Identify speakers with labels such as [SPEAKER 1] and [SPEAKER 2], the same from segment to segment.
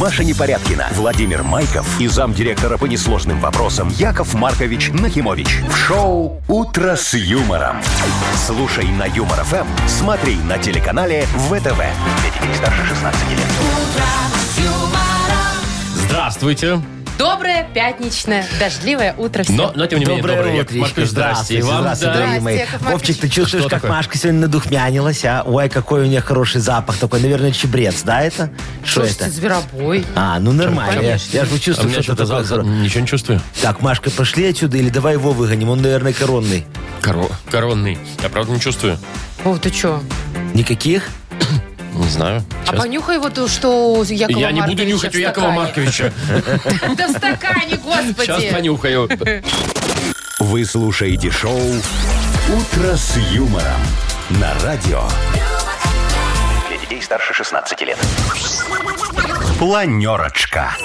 [SPEAKER 1] Маша Непорядкина, Владимир Майков и замдиректора по несложным вопросам Яков Маркович Нахимович. В шоу «Утро с юмором». Слушай на Юмор ФМ, смотри на телеканале ВТВ. Для детей старше 16 лет.
[SPEAKER 2] Здравствуйте.
[SPEAKER 3] Доброе пятничное, дождливое утро всем.
[SPEAKER 2] Но, но тем не менее,
[SPEAKER 4] Доброе
[SPEAKER 2] доброе. Яков
[SPEAKER 4] утречко.
[SPEAKER 2] Маркович, здрасте. И вам,
[SPEAKER 4] здравствуйте,
[SPEAKER 2] да.
[SPEAKER 4] дорогие мои.
[SPEAKER 3] Здрасте, Яков Маркович.
[SPEAKER 4] Вовчик, ты чувствуешь,
[SPEAKER 2] Что
[SPEAKER 4] как
[SPEAKER 2] такое?
[SPEAKER 4] Машка сегодня надухмянилась, а? Ой, какой у нее хороший запах такой. Наверное, чебрец, да, это? Что
[SPEAKER 3] Слушайте,
[SPEAKER 4] это?
[SPEAKER 3] зверобой.
[SPEAKER 4] А, ну нормально. Я,
[SPEAKER 3] Конечно.
[SPEAKER 4] я же
[SPEAKER 2] А у
[SPEAKER 4] чувствую,
[SPEAKER 2] меня
[SPEAKER 4] что
[SPEAKER 2] что-то
[SPEAKER 4] это
[SPEAKER 2] за...
[SPEAKER 4] такое.
[SPEAKER 2] за-
[SPEAKER 4] хоро-
[SPEAKER 2] Ничего не чувствую.
[SPEAKER 4] Так, Машка, пошли отсюда или давай его выгоним. Он, наверное, коронный.
[SPEAKER 2] Коро- Коронный. Я правда не чувствую.
[SPEAKER 3] О, ты что?
[SPEAKER 4] Никаких?
[SPEAKER 2] Не знаю.
[SPEAKER 3] А
[SPEAKER 2] Сейчас.
[SPEAKER 3] понюхай вот то, что у Якова
[SPEAKER 2] Я не буду
[SPEAKER 3] Марковича
[SPEAKER 2] нюхать
[SPEAKER 3] в
[SPEAKER 2] у Якова
[SPEAKER 3] стакане.
[SPEAKER 2] Марковича.
[SPEAKER 3] Да в стакане,
[SPEAKER 2] Сейчас
[SPEAKER 3] господи.
[SPEAKER 2] понюхаю.
[SPEAKER 1] Вы слушаете шоу «Утро с юмором» на радио. Для детей старше 16 лет. Планерочка.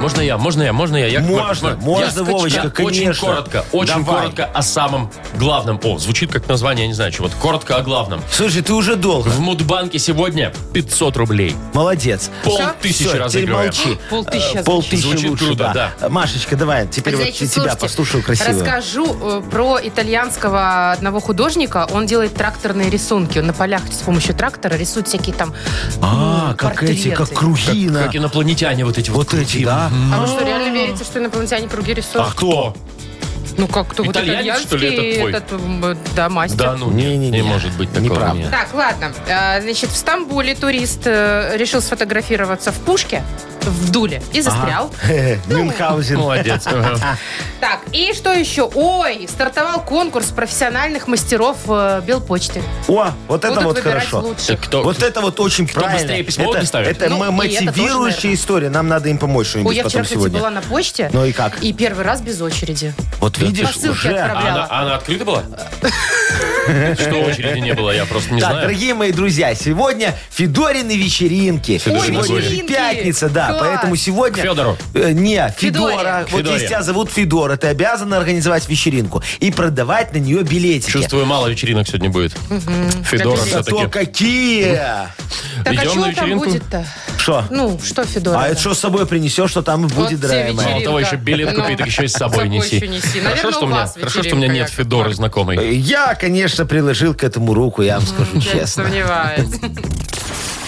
[SPEAKER 2] Можно я, можно я, можно я? Яков
[SPEAKER 4] Можно,
[SPEAKER 2] Маркович,
[SPEAKER 4] можно,
[SPEAKER 2] я-
[SPEAKER 4] Вовочка,
[SPEAKER 2] я Очень
[SPEAKER 4] конечно.
[SPEAKER 2] коротко, очень
[SPEAKER 4] Давай.
[SPEAKER 2] коротко о самом главном. О, звучит как название, я не знаю, чего. Коротко о главном.
[SPEAKER 4] Слушай, ты уже долго.
[SPEAKER 2] В Мудбанке сегодня 500 рублей.
[SPEAKER 4] Молодец.
[SPEAKER 2] Пол
[SPEAKER 3] Всё?
[SPEAKER 2] тысячи
[SPEAKER 4] Всё, теперь
[SPEAKER 2] разыгрываем.
[SPEAKER 4] молчи.
[SPEAKER 3] А, Полтыща.
[SPEAKER 4] Э, Полтысячи
[SPEAKER 2] Звучит
[SPEAKER 4] лучше,
[SPEAKER 2] круто,
[SPEAKER 4] да. Машечка, давай, теперь вот
[SPEAKER 3] А, Значит,
[SPEAKER 4] и тебя
[SPEAKER 3] слушайте,
[SPEAKER 4] послушаю красиво.
[SPEAKER 3] Расскажу э, про итальянского одного художника. Он делает тракторные рисунки. Он на полях с помощью трактора рисует всякие там
[SPEAKER 4] А,
[SPEAKER 3] м,
[SPEAKER 4] как эти,
[SPEAKER 3] портреты.
[SPEAKER 4] как круги на-
[SPEAKER 2] Как инопланетяне вот эти вот.
[SPEAKER 4] Вот эти,
[SPEAKER 2] крутые.
[SPEAKER 4] да?
[SPEAKER 3] А вы что, реально верите, что инопланетяне круги
[SPEAKER 2] А
[SPEAKER 3] рисуют?
[SPEAKER 2] кто?
[SPEAKER 3] Ну как, кто? Вот
[SPEAKER 2] Итальянец, что ли,
[SPEAKER 3] итальянский
[SPEAKER 2] этот
[SPEAKER 3] этот, м, да, мастер.
[SPEAKER 2] Да, ну не, не,
[SPEAKER 4] Не-не-не.
[SPEAKER 2] может быть такого.
[SPEAKER 4] Неправда.
[SPEAKER 2] нет.
[SPEAKER 3] Так, ладно. А, Значит, в Стамбуле турист э, решил сфотографироваться в пушке, в дуле, и застрял.
[SPEAKER 4] А, э,
[SPEAKER 3] Ну,
[SPEAKER 4] Мюнхгаузен.
[SPEAKER 2] Молодец. ага.
[SPEAKER 3] Так, и что еще? Ой, стартовал конкурс профессиональных мастеров э, Белпочты.
[SPEAKER 4] О, вот это
[SPEAKER 3] Будут
[SPEAKER 4] вот
[SPEAKER 3] выбирать
[SPEAKER 4] хорошо.
[SPEAKER 3] лучших.
[SPEAKER 2] Кто-
[SPEAKER 4] Вот это вот очень правильно.
[SPEAKER 2] быстрее письмо
[SPEAKER 4] это,
[SPEAKER 2] доставит.
[SPEAKER 4] это
[SPEAKER 3] Ну,
[SPEAKER 4] мо-
[SPEAKER 3] и это тоже,
[SPEAKER 4] мотивирующая
[SPEAKER 3] наверное.
[SPEAKER 4] история. Нам надо им помочь
[SPEAKER 3] Ой,
[SPEAKER 4] что-нибудь
[SPEAKER 3] я вчера,
[SPEAKER 4] потом
[SPEAKER 3] кстати,
[SPEAKER 4] сегодня.
[SPEAKER 3] была на почте.
[SPEAKER 4] Ну и как?
[SPEAKER 3] И первый раз без очереди.
[SPEAKER 4] Вот видишь,
[SPEAKER 3] Посылки
[SPEAKER 4] уже...
[SPEAKER 2] А
[SPEAKER 3] отправляла.
[SPEAKER 2] Она, а она открыта была? Что очереди не было, я просто не
[SPEAKER 4] Так,
[SPEAKER 2] знаю.
[SPEAKER 4] дорогие мои друзья, сегодня Федорины вечеринки.
[SPEAKER 2] Федорины
[SPEAKER 4] сегодня же
[SPEAKER 3] вечеринки.
[SPEAKER 4] пятница, да.
[SPEAKER 3] Класс.
[SPEAKER 4] Поэтому сегодня...
[SPEAKER 2] К Федору.
[SPEAKER 4] Э, не,
[SPEAKER 3] Федоре.
[SPEAKER 4] Федора. Вот
[SPEAKER 2] Федоре.
[SPEAKER 4] если тебя зовут Федора, ты обязана организовать вечеринку и продавать на нее билетики.
[SPEAKER 2] Чувствую, мало вечеринок сегодня будет. Федора
[SPEAKER 3] Как
[SPEAKER 4] Зато
[SPEAKER 2] все-таки.
[SPEAKER 4] какие!
[SPEAKER 3] Так а
[SPEAKER 2] Идем на
[SPEAKER 3] что там
[SPEAKER 2] вечеринку?
[SPEAKER 3] будет-то?
[SPEAKER 4] Что?
[SPEAKER 3] Ну, что, Федора?
[SPEAKER 4] А это что с собой принесешь, что там и будет,
[SPEAKER 3] тебе
[SPEAKER 4] дорогая моя?
[SPEAKER 2] Мало того, еще билет
[SPEAKER 3] Ну,
[SPEAKER 2] купи, так еще и с собой
[SPEAKER 3] собой
[SPEAKER 2] неси.
[SPEAKER 3] еще неси.
[SPEAKER 2] Хорошо,
[SPEAKER 3] Наверное,
[SPEAKER 2] что у
[SPEAKER 3] у
[SPEAKER 2] меня,
[SPEAKER 3] вас
[SPEAKER 2] хорошо, что у меня
[SPEAKER 3] вечеринка,
[SPEAKER 2] нет
[SPEAKER 3] Яков
[SPEAKER 2] Федоры
[SPEAKER 3] Маркович.
[SPEAKER 2] знакомой.
[SPEAKER 4] Я, конечно, приложил к этому руку, я вам скажу честно.
[SPEAKER 3] Сомневаюсь.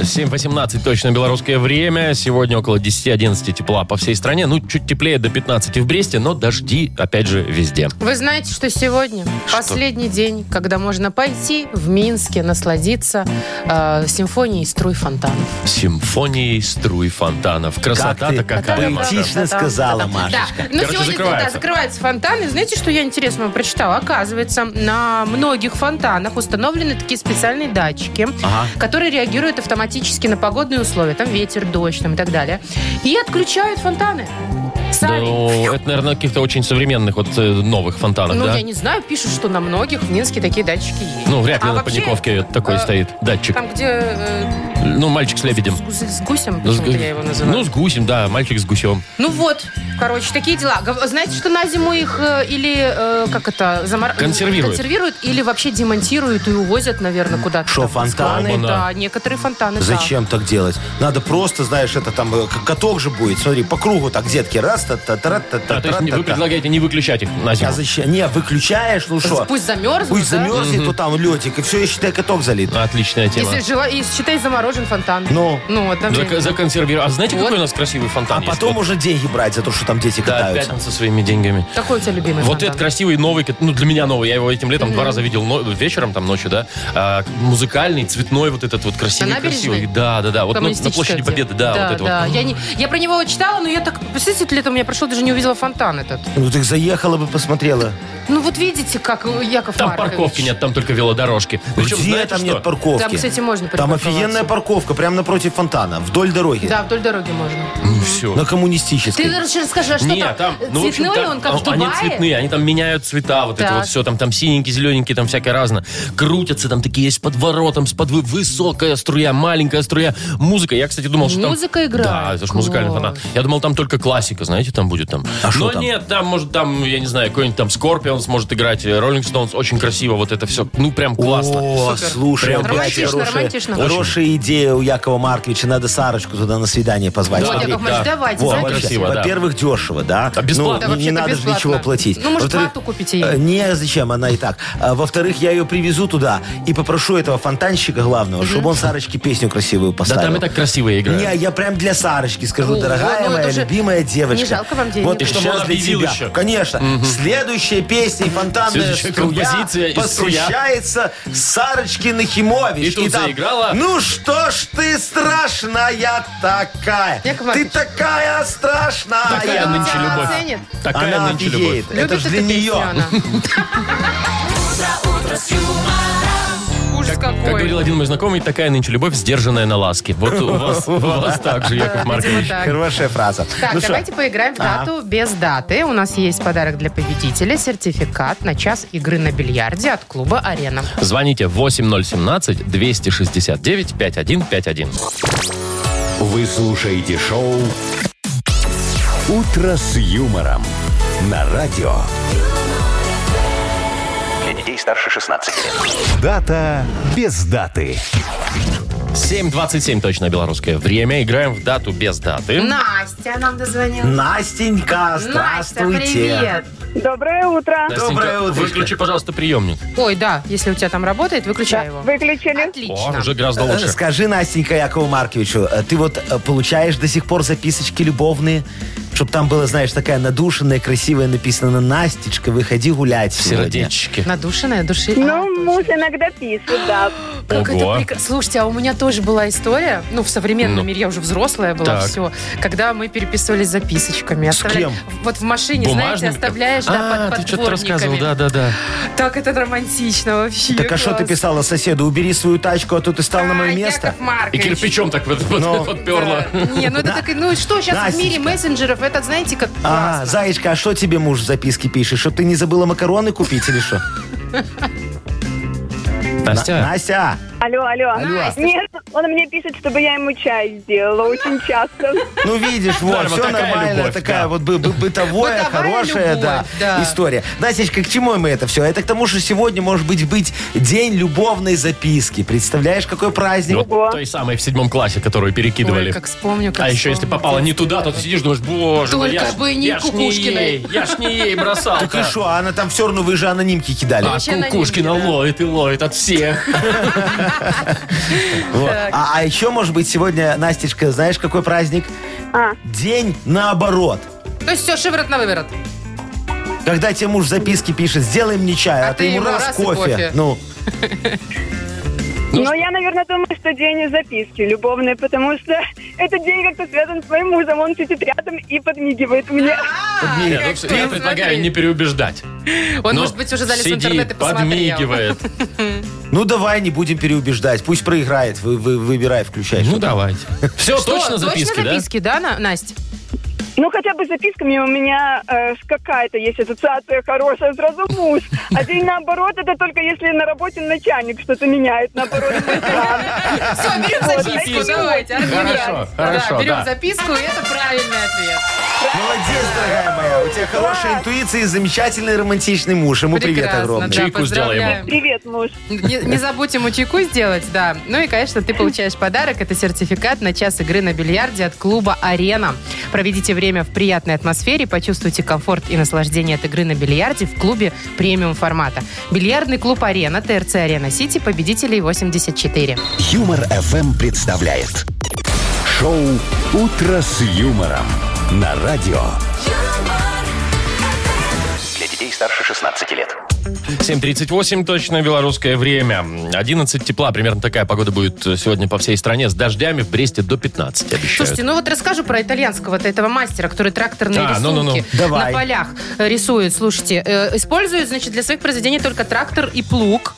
[SPEAKER 2] 7.18 точно белорусское время. Сегодня около 10-11 тепла по всей стране. Ну, чуть теплее до 15 в Бресте, но дожди, опять же, везде.
[SPEAKER 3] Вы знаете, что сегодня последний день, когда можно пойти в Минске насладиться э, симфонией струй фонтанов.
[SPEAKER 2] Симфонии струй фонтанов. Красота-то
[SPEAKER 4] Как ты
[SPEAKER 2] какая, Маша.
[SPEAKER 4] поэтишь. Отлично сказала,
[SPEAKER 3] Да,
[SPEAKER 4] Машечка.
[SPEAKER 3] но
[SPEAKER 2] Короче,
[SPEAKER 3] сегодня
[SPEAKER 2] закрывается.
[SPEAKER 3] да, закрываются фонтаны. Знаете, что я интересного прочитала? Оказывается, на многих фонтанах установлены такие специальные датчики,
[SPEAKER 4] Ага.
[SPEAKER 3] которые реагируют автоматически на погодные условия. Там ветер, дождь там, и так далее. И отключают фонтаны.
[SPEAKER 2] Да,
[SPEAKER 3] Сами.
[SPEAKER 2] ну, это, наверное, каких-то очень современных, вот э, новых фонтанов,
[SPEAKER 3] Ну,
[SPEAKER 2] да?
[SPEAKER 3] я не знаю, пишут, что на многих в Минске такие датчики есть.
[SPEAKER 2] Ну, вряд ли
[SPEAKER 3] А
[SPEAKER 2] на
[SPEAKER 3] вообще,
[SPEAKER 2] Паниковке такой
[SPEAKER 3] э,
[SPEAKER 2] стоит датчик.
[SPEAKER 3] Там, где э,
[SPEAKER 2] Ну, мальчик с лебедем.
[SPEAKER 3] с, гус- с гусем,
[SPEAKER 2] Ну, с
[SPEAKER 3] почему-то
[SPEAKER 2] гу-
[SPEAKER 3] я его называю.
[SPEAKER 2] Ну, с гусем, да, мальчик с гусем.
[SPEAKER 3] Ну вот, короче, такие дела. Гов- Знаете, что на зиму их э, или, э, как это, замар...
[SPEAKER 2] Консервируют.
[SPEAKER 3] консервируют, или вообще демонтируют и увозят, наверное, куда-то.
[SPEAKER 4] Шо,
[SPEAKER 3] там в Москву.
[SPEAKER 4] фонтаны?
[SPEAKER 3] Да, некоторые фонтаны, да.
[SPEAKER 4] Зачем так делать? Надо просто, знаешь, это там э, к- каток же будет. Смотри, по кругу так детки раз, та та та
[SPEAKER 2] Да,
[SPEAKER 4] та та
[SPEAKER 2] А, то есть не- вы
[SPEAKER 4] та
[SPEAKER 2] предлагаете не выключать их на зиму.
[SPEAKER 4] а зачем? Не, выключаешь, ну что?
[SPEAKER 3] Пусть замерзнут,
[SPEAKER 4] Пусть
[SPEAKER 3] да?
[SPEAKER 4] замерзнет, то там летик, и все, и считай, каток залит.
[SPEAKER 2] Отличная тема.
[SPEAKER 3] Если жела- и считай заморожен фонтан.
[SPEAKER 4] Ну.
[SPEAKER 3] ну вот,
[SPEAKER 2] Зак-
[SPEAKER 3] например.
[SPEAKER 2] Законсервировать. А знаете, какой у нас красивый фонтан
[SPEAKER 4] А
[SPEAKER 2] есть?
[SPEAKER 4] потом
[SPEAKER 2] Вот,
[SPEAKER 4] уже деньги брать за то, что там дети
[SPEAKER 2] Да, опять
[SPEAKER 4] катаются.
[SPEAKER 2] он со своими деньгами.
[SPEAKER 3] Какой у тебя любимый
[SPEAKER 2] Вот
[SPEAKER 3] фонтан?
[SPEAKER 2] этот красивый новый, кат- ну для меня новый, я его этим летом два раза видел но- вечером, там ночью, да. А, музыкальный, цветной, вот этот вот красивый,
[SPEAKER 3] набережной?
[SPEAKER 2] красивый. Да, да, да. Вот ну, на, на
[SPEAKER 3] Коммунистическая
[SPEAKER 2] площади
[SPEAKER 3] где?
[SPEAKER 2] Победы, да,
[SPEAKER 3] да
[SPEAKER 2] вот это
[SPEAKER 3] да.
[SPEAKER 2] вот.
[SPEAKER 3] Я, не, я про него читала, но я так, представляете, летом я прошел, даже не увидела фонтан этот.
[SPEAKER 4] Ну так заехала бы, посмотрела.
[SPEAKER 3] Ну вот видите, как э, Яков
[SPEAKER 2] Там
[SPEAKER 3] Маркович.
[SPEAKER 2] парковки нет, там только велодорожки. Причем,
[SPEAKER 4] Где
[SPEAKER 2] знаете
[SPEAKER 4] там
[SPEAKER 2] что?
[SPEAKER 4] нет парковки?
[SPEAKER 3] Там, кстати, можно
[SPEAKER 4] Там
[SPEAKER 3] припарковаться.
[SPEAKER 4] офигенная Вовка, прямо напротив фонтана, вдоль дороги.
[SPEAKER 3] Да, вдоль дороги можно.
[SPEAKER 2] Ну, все.
[SPEAKER 4] На коммунистической.
[SPEAKER 3] Ты лучше расскажи, а что
[SPEAKER 2] Не,
[SPEAKER 3] там?
[SPEAKER 2] ну, в общем,
[SPEAKER 3] Цветной
[SPEAKER 2] там,
[SPEAKER 3] он, как в
[SPEAKER 2] а, Они
[SPEAKER 3] Дубае?
[SPEAKER 2] цветные, они там меняют цвета, вот это
[SPEAKER 3] Так.
[SPEAKER 2] вот все, там, там синенькие, зелененькие, там всякое разное. Крутятся, там такие есть под воротом, с под высокая струя, маленькая струя, музыка. Я, кстати, думал, что там...
[SPEAKER 3] Музыка играет?
[SPEAKER 2] Да, это же музыкальный
[SPEAKER 3] Класс.
[SPEAKER 2] фонтан. Я думал, там только классика, знаете, там будет там.
[SPEAKER 4] шо
[SPEAKER 2] Но
[SPEAKER 4] А там?
[SPEAKER 2] нет, там, может, там, я не знаю, какой-нибудь там Скорпион сможет играть, Роллинг Стоунс, очень красиво вот это все, ну, прям классно.
[SPEAKER 4] О, слушай,
[SPEAKER 2] Прям
[SPEAKER 4] опять
[SPEAKER 3] романтично,
[SPEAKER 4] хорошая-
[SPEAKER 3] романтично.
[SPEAKER 4] Хорошая идея у Якова Марковича. Надо Сарочку туда на свидание позвать.
[SPEAKER 3] Вот,
[SPEAKER 4] Смотри.
[SPEAKER 3] Яков Маркович,
[SPEAKER 2] да.
[SPEAKER 3] давайте,
[SPEAKER 4] Во,
[SPEAKER 2] Во,
[SPEAKER 3] запишите.
[SPEAKER 4] вообще,
[SPEAKER 2] красиво, да.
[SPEAKER 4] Во-первых, дешево, да?
[SPEAKER 2] А бесплатно?
[SPEAKER 4] Ну, не- не
[SPEAKER 3] Да,
[SPEAKER 4] надо
[SPEAKER 3] вообще-то
[SPEAKER 4] же ничего
[SPEAKER 3] бесплатно.
[SPEAKER 4] платить.
[SPEAKER 3] Ну, может,
[SPEAKER 4] Во-вторых,
[SPEAKER 3] плату купите ей?
[SPEAKER 4] э, Не, зачем, она и так. А, Во-вторых, я ее привезу туда и попрошу этого фонтанщика главного, чтобы он Сарочке песню красивую
[SPEAKER 2] Да
[SPEAKER 4] поставил.
[SPEAKER 2] там и так красиво играют.
[SPEAKER 4] Не, я прям для Сарочки скажу,
[SPEAKER 3] О,
[SPEAKER 4] дорогая
[SPEAKER 3] ну это
[SPEAKER 4] моя
[SPEAKER 3] же
[SPEAKER 4] любимая девочка.
[SPEAKER 3] не жалко вам денег.
[SPEAKER 4] Вот
[SPEAKER 3] И
[SPEAKER 2] чтобы
[SPEAKER 4] щас
[SPEAKER 2] он
[SPEAKER 4] для
[SPEAKER 2] объявил
[SPEAKER 4] тебя.
[SPEAKER 2] еще.
[SPEAKER 4] Конечно. Следующая песня и фонтанная
[SPEAKER 2] Следующая
[SPEAKER 4] струя
[SPEAKER 2] композиция и струя.
[SPEAKER 4] посвящается Сарочке Нахимович.
[SPEAKER 2] И тут заиграла.
[SPEAKER 4] Ну что ж ты страшная такая.
[SPEAKER 3] Яков
[SPEAKER 4] Ты
[SPEAKER 3] Маркович.
[SPEAKER 4] такая страшная.
[SPEAKER 2] Такая
[SPEAKER 3] Она
[SPEAKER 2] нынче
[SPEAKER 3] тебя
[SPEAKER 2] любовь.
[SPEAKER 3] оценит.
[SPEAKER 2] Такая
[SPEAKER 4] Она
[SPEAKER 2] нынче любовь.
[SPEAKER 4] офигеет.
[SPEAKER 3] Любит
[SPEAKER 4] Это же для
[SPEAKER 3] эту песню
[SPEAKER 4] нее.
[SPEAKER 3] она? Ужас
[SPEAKER 2] Как говорил
[SPEAKER 3] какой.
[SPEAKER 2] один мой знакомый, такая нынче любовь, сдержанная на ласке. Вот у вас, у вас так же, Яков Маркович.
[SPEAKER 3] Видимо, так.
[SPEAKER 4] Хорошая фраза.
[SPEAKER 3] Так,
[SPEAKER 4] Ну что,
[SPEAKER 3] давайте поиграем в
[SPEAKER 2] А.
[SPEAKER 3] дату без даты. У нас есть подарок для победителя. Сертификат на час игры на бильярде от клуба «Арена».
[SPEAKER 2] Звоните 8017-269-5151.
[SPEAKER 1] Вы слушаете шоу «Утро с юмором» на радио.
[SPEAKER 5] Для детей старше 16 лет.
[SPEAKER 1] Дата без даты.
[SPEAKER 2] 7.27 точно белорусское время. Играем в дату без даты.
[SPEAKER 3] Настя нам дозвонила.
[SPEAKER 4] Настенька,
[SPEAKER 3] Настя,
[SPEAKER 4] здравствуйте.
[SPEAKER 3] привет.
[SPEAKER 6] Доброе утро.
[SPEAKER 2] Настенька,
[SPEAKER 4] Доброе утречко.
[SPEAKER 2] Выключи, пожалуйста, приемник.
[SPEAKER 3] Ой, да, если у тебя там работает, выключай его.
[SPEAKER 6] Выключили?
[SPEAKER 2] О,
[SPEAKER 3] Отлично.
[SPEAKER 2] уже гораздо
[SPEAKER 4] Э,
[SPEAKER 2] лучше.
[SPEAKER 4] Скажи, Настенька Якову Марковичу, э, ты вот э, получаешь до сих пор записочки любовные, чтобы там было, знаешь, такая надушенная, красивая, написано «Ну, «Настечка, выходи гулять сегодня».
[SPEAKER 2] Сердечки.
[SPEAKER 3] Надушенная души.
[SPEAKER 6] Ну, муж иногда пишет, да.
[SPEAKER 3] Как это
[SPEAKER 2] Ого.
[SPEAKER 3] прек- Слушайте, а у меня тоже была история, ну, в современном
[SPEAKER 2] Ну.
[SPEAKER 3] мире, я уже взрослая была,
[SPEAKER 2] Так.
[SPEAKER 3] все, когда мы переписывались записочками. оставляли-
[SPEAKER 4] кем?
[SPEAKER 3] Вот в машине, знаете,
[SPEAKER 2] Бумажными?
[SPEAKER 3] оставляешь, да,
[SPEAKER 2] А,
[SPEAKER 3] под
[SPEAKER 2] ты что-то рассказывал,
[SPEAKER 3] подворниками.
[SPEAKER 2] да-да-да.
[SPEAKER 3] Так это романтично вообще.
[SPEAKER 4] Так а что ты
[SPEAKER 3] класс.
[SPEAKER 4] писала соседу? Убери свою тачку, а то ты стал на мое
[SPEAKER 3] А,
[SPEAKER 4] место.
[SPEAKER 3] Яков Маркович.
[SPEAKER 2] И кирпичом так вот вот-
[SPEAKER 4] Ну.
[SPEAKER 2] подперла.
[SPEAKER 3] Да. Не, ну это так, ну и что сейчас в мире
[SPEAKER 4] Настенька.
[SPEAKER 3] мессенджеров, это, знаете, как
[SPEAKER 4] А,
[SPEAKER 3] классно.
[SPEAKER 4] Заячка, а что тебе муж в записке пишет? Что ты не забыла макароны купить или что? На-
[SPEAKER 2] Настя,
[SPEAKER 4] Настя! а?
[SPEAKER 6] Алло, алло.
[SPEAKER 3] Настя.
[SPEAKER 6] Нет, он мне пишет, чтобы я ему чай сделала очень часто.
[SPEAKER 4] Ну, видишь, вот,
[SPEAKER 2] Норма,
[SPEAKER 4] все
[SPEAKER 2] такая
[SPEAKER 4] нормально,
[SPEAKER 2] любовь,
[SPEAKER 4] такая
[SPEAKER 2] да.
[SPEAKER 4] вот бы- бы- бытовая,
[SPEAKER 3] Бытовая
[SPEAKER 4] хорошая,
[SPEAKER 3] любовь,
[SPEAKER 4] да,
[SPEAKER 3] да.
[SPEAKER 4] история. Настечка, к чему мы это все? Это к тому, что сегодня может быть быть день любовной записки. Представляешь, какой праздник? Ну,
[SPEAKER 2] вот той самой в седьмом классе, которую
[SPEAKER 3] Ой,
[SPEAKER 2] перекидывали.
[SPEAKER 3] как вспомню, как
[SPEAKER 2] А еще если
[SPEAKER 3] вспомню.
[SPEAKER 2] попала не туда, то ты сидишь, думаешь, боже мой, я
[SPEAKER 3] Только
[SPEAKER 2] ж-
[SPEAKER 3] бы не
[SPEAKER 2] я ж не
[SPEAKER 3] Кукушкиной.
[SPEAKER 2] ей, я ж не ей бросал.
[SPEAKER 4] Так и шо, а она там все равно, вы же анонимки кидали.
[SPEAKER 2] А
[SPEAKER 3] Вообще анонимки,
[SPEAKER 2] Кукушкина
[SPEAKER 3] да.
[SPEAKER 2] ловит и ловит от всех.
[SPEAKER 4] Вот. А, а еще, может быть, сегодня, Настечка, знаешь, какой праздник?
[SPEAKER 6] А.
[SPEAKER 4] День наоборот.
[SPEAKER 3] То есть все, Ну шиворот на выворот.
[SPEAKER 4] Когда тебе муж записки пишет, сделай мне чай, а, ты ему раз,
[SPEAKER 3] и
[SPEAKER 4] кофе.
[SPEAKER 3] кофе.
[SPEAKER 4] Ну,
[SPEAKER 6] Но я, наверное, думаю, что день записки любовной, потому что этот день как-то связан с моим мужем. Он сидит рядом и подмигивает мне.
[SPEAKER 2] Не, ну,
[SPEAKER 3] как
[SPEAKER 2] всё,
[SPEAKER 3] ты,
[SPEAKER 2] Я
[SPEAKER 3] смотри.
[SPEAKER 2] предлагаю не переубеждать.
[SPEAKER 3] Он,
[SPEAKER 2] Ну,
[SPEAKER 3] может быть, уже залез в
[SPEAKER 2] сидит,
[SPEAKER 3] интернет и посмотрел.
[SPEAKER 2] подмигивает.
[SPEAKER 4] ну давай не будем переубеждать. Пусть проиграет. Вы, вы- выбирай, включай.
[SPEAKER 2] Ну
[SPEAKER 4] что-то.
[SPEAKER 2] давайте. Все,
[SPEAKER 3] Что,
[SPEAKER 2] точно записки,
[SPEAKER 3] точно
[SPEAKER 2] да?
[SPEAKER 3] записки, да, На- Настя?
[SPEAKER 6] Ну, хотя бы с записками у меня э, какая-то есть ассоциация хорошая, сразу муж. А день наоборот, это только если на работе начальник что-то меняет, наоборот.
[SPEAKER 3] Все, берем записку,
[SPEAKER 2] записку.
[SPEAKER 3] давайте, аргумент.
[SPEAKER 2] Хорошо,
[SPEAKER 3] Да,
[SPEAKER 2] хорошо, да.
[SPEAKER 3] Берем записку, и это правильный ответ.
[SPEAKER 4] Молодец, дорогая моя. У тебя хорошая интуиция и замечательный романтичный муж. Ему привет
[SPEAKER 3] Прекрасно,
[SPEAKER 4] огромный.
[SPEAKER 3] да,
[SPEAKER 2] Чайку сделаем.
[SPEAKER 3] поздравляем.
[SPEAKER 6] Привет, муж.
[SPEAKER 3] Не, не забудь ему чайку сделать, да. Ну и, конечно, ты получаешь подарок. Это сертификат на час игры на бильярде от клуба «Арена». Проведите время в приятной атмосфере, почувствуйте комфорт и наслаждение от игры на бильярде в клубе премиум формата. Бильярдный клуб «Арена», ТРЦ «Арена Сити», победителей 84.
[SPEAKER 1] Юмор FM представляет шоу Утро с юмором на радио.
[SPEAKER 5] Для детей старше 16 лет.
[SPEAKER 2] 7.38, точно белорусское время. 11 тепла, примерно такая погода будет сегодня по всей стране. С дождями в Бресте до 15 обещают.
[SPEAKER 3] Слушайте, ну вот расскажу про итальянского то этого мастера, который тракторные
[SPEAKER 2] А,
[SPEAKER 3] рисунки
[SPEAKER 2] ну-ну-ну.
[SPEAKER 3] на
[SPEAKER 4] Давай.
[SPEAKER 3] полях э, рисует. Слушайте, э, использует, значит, для своих произведений только трактор и плуг.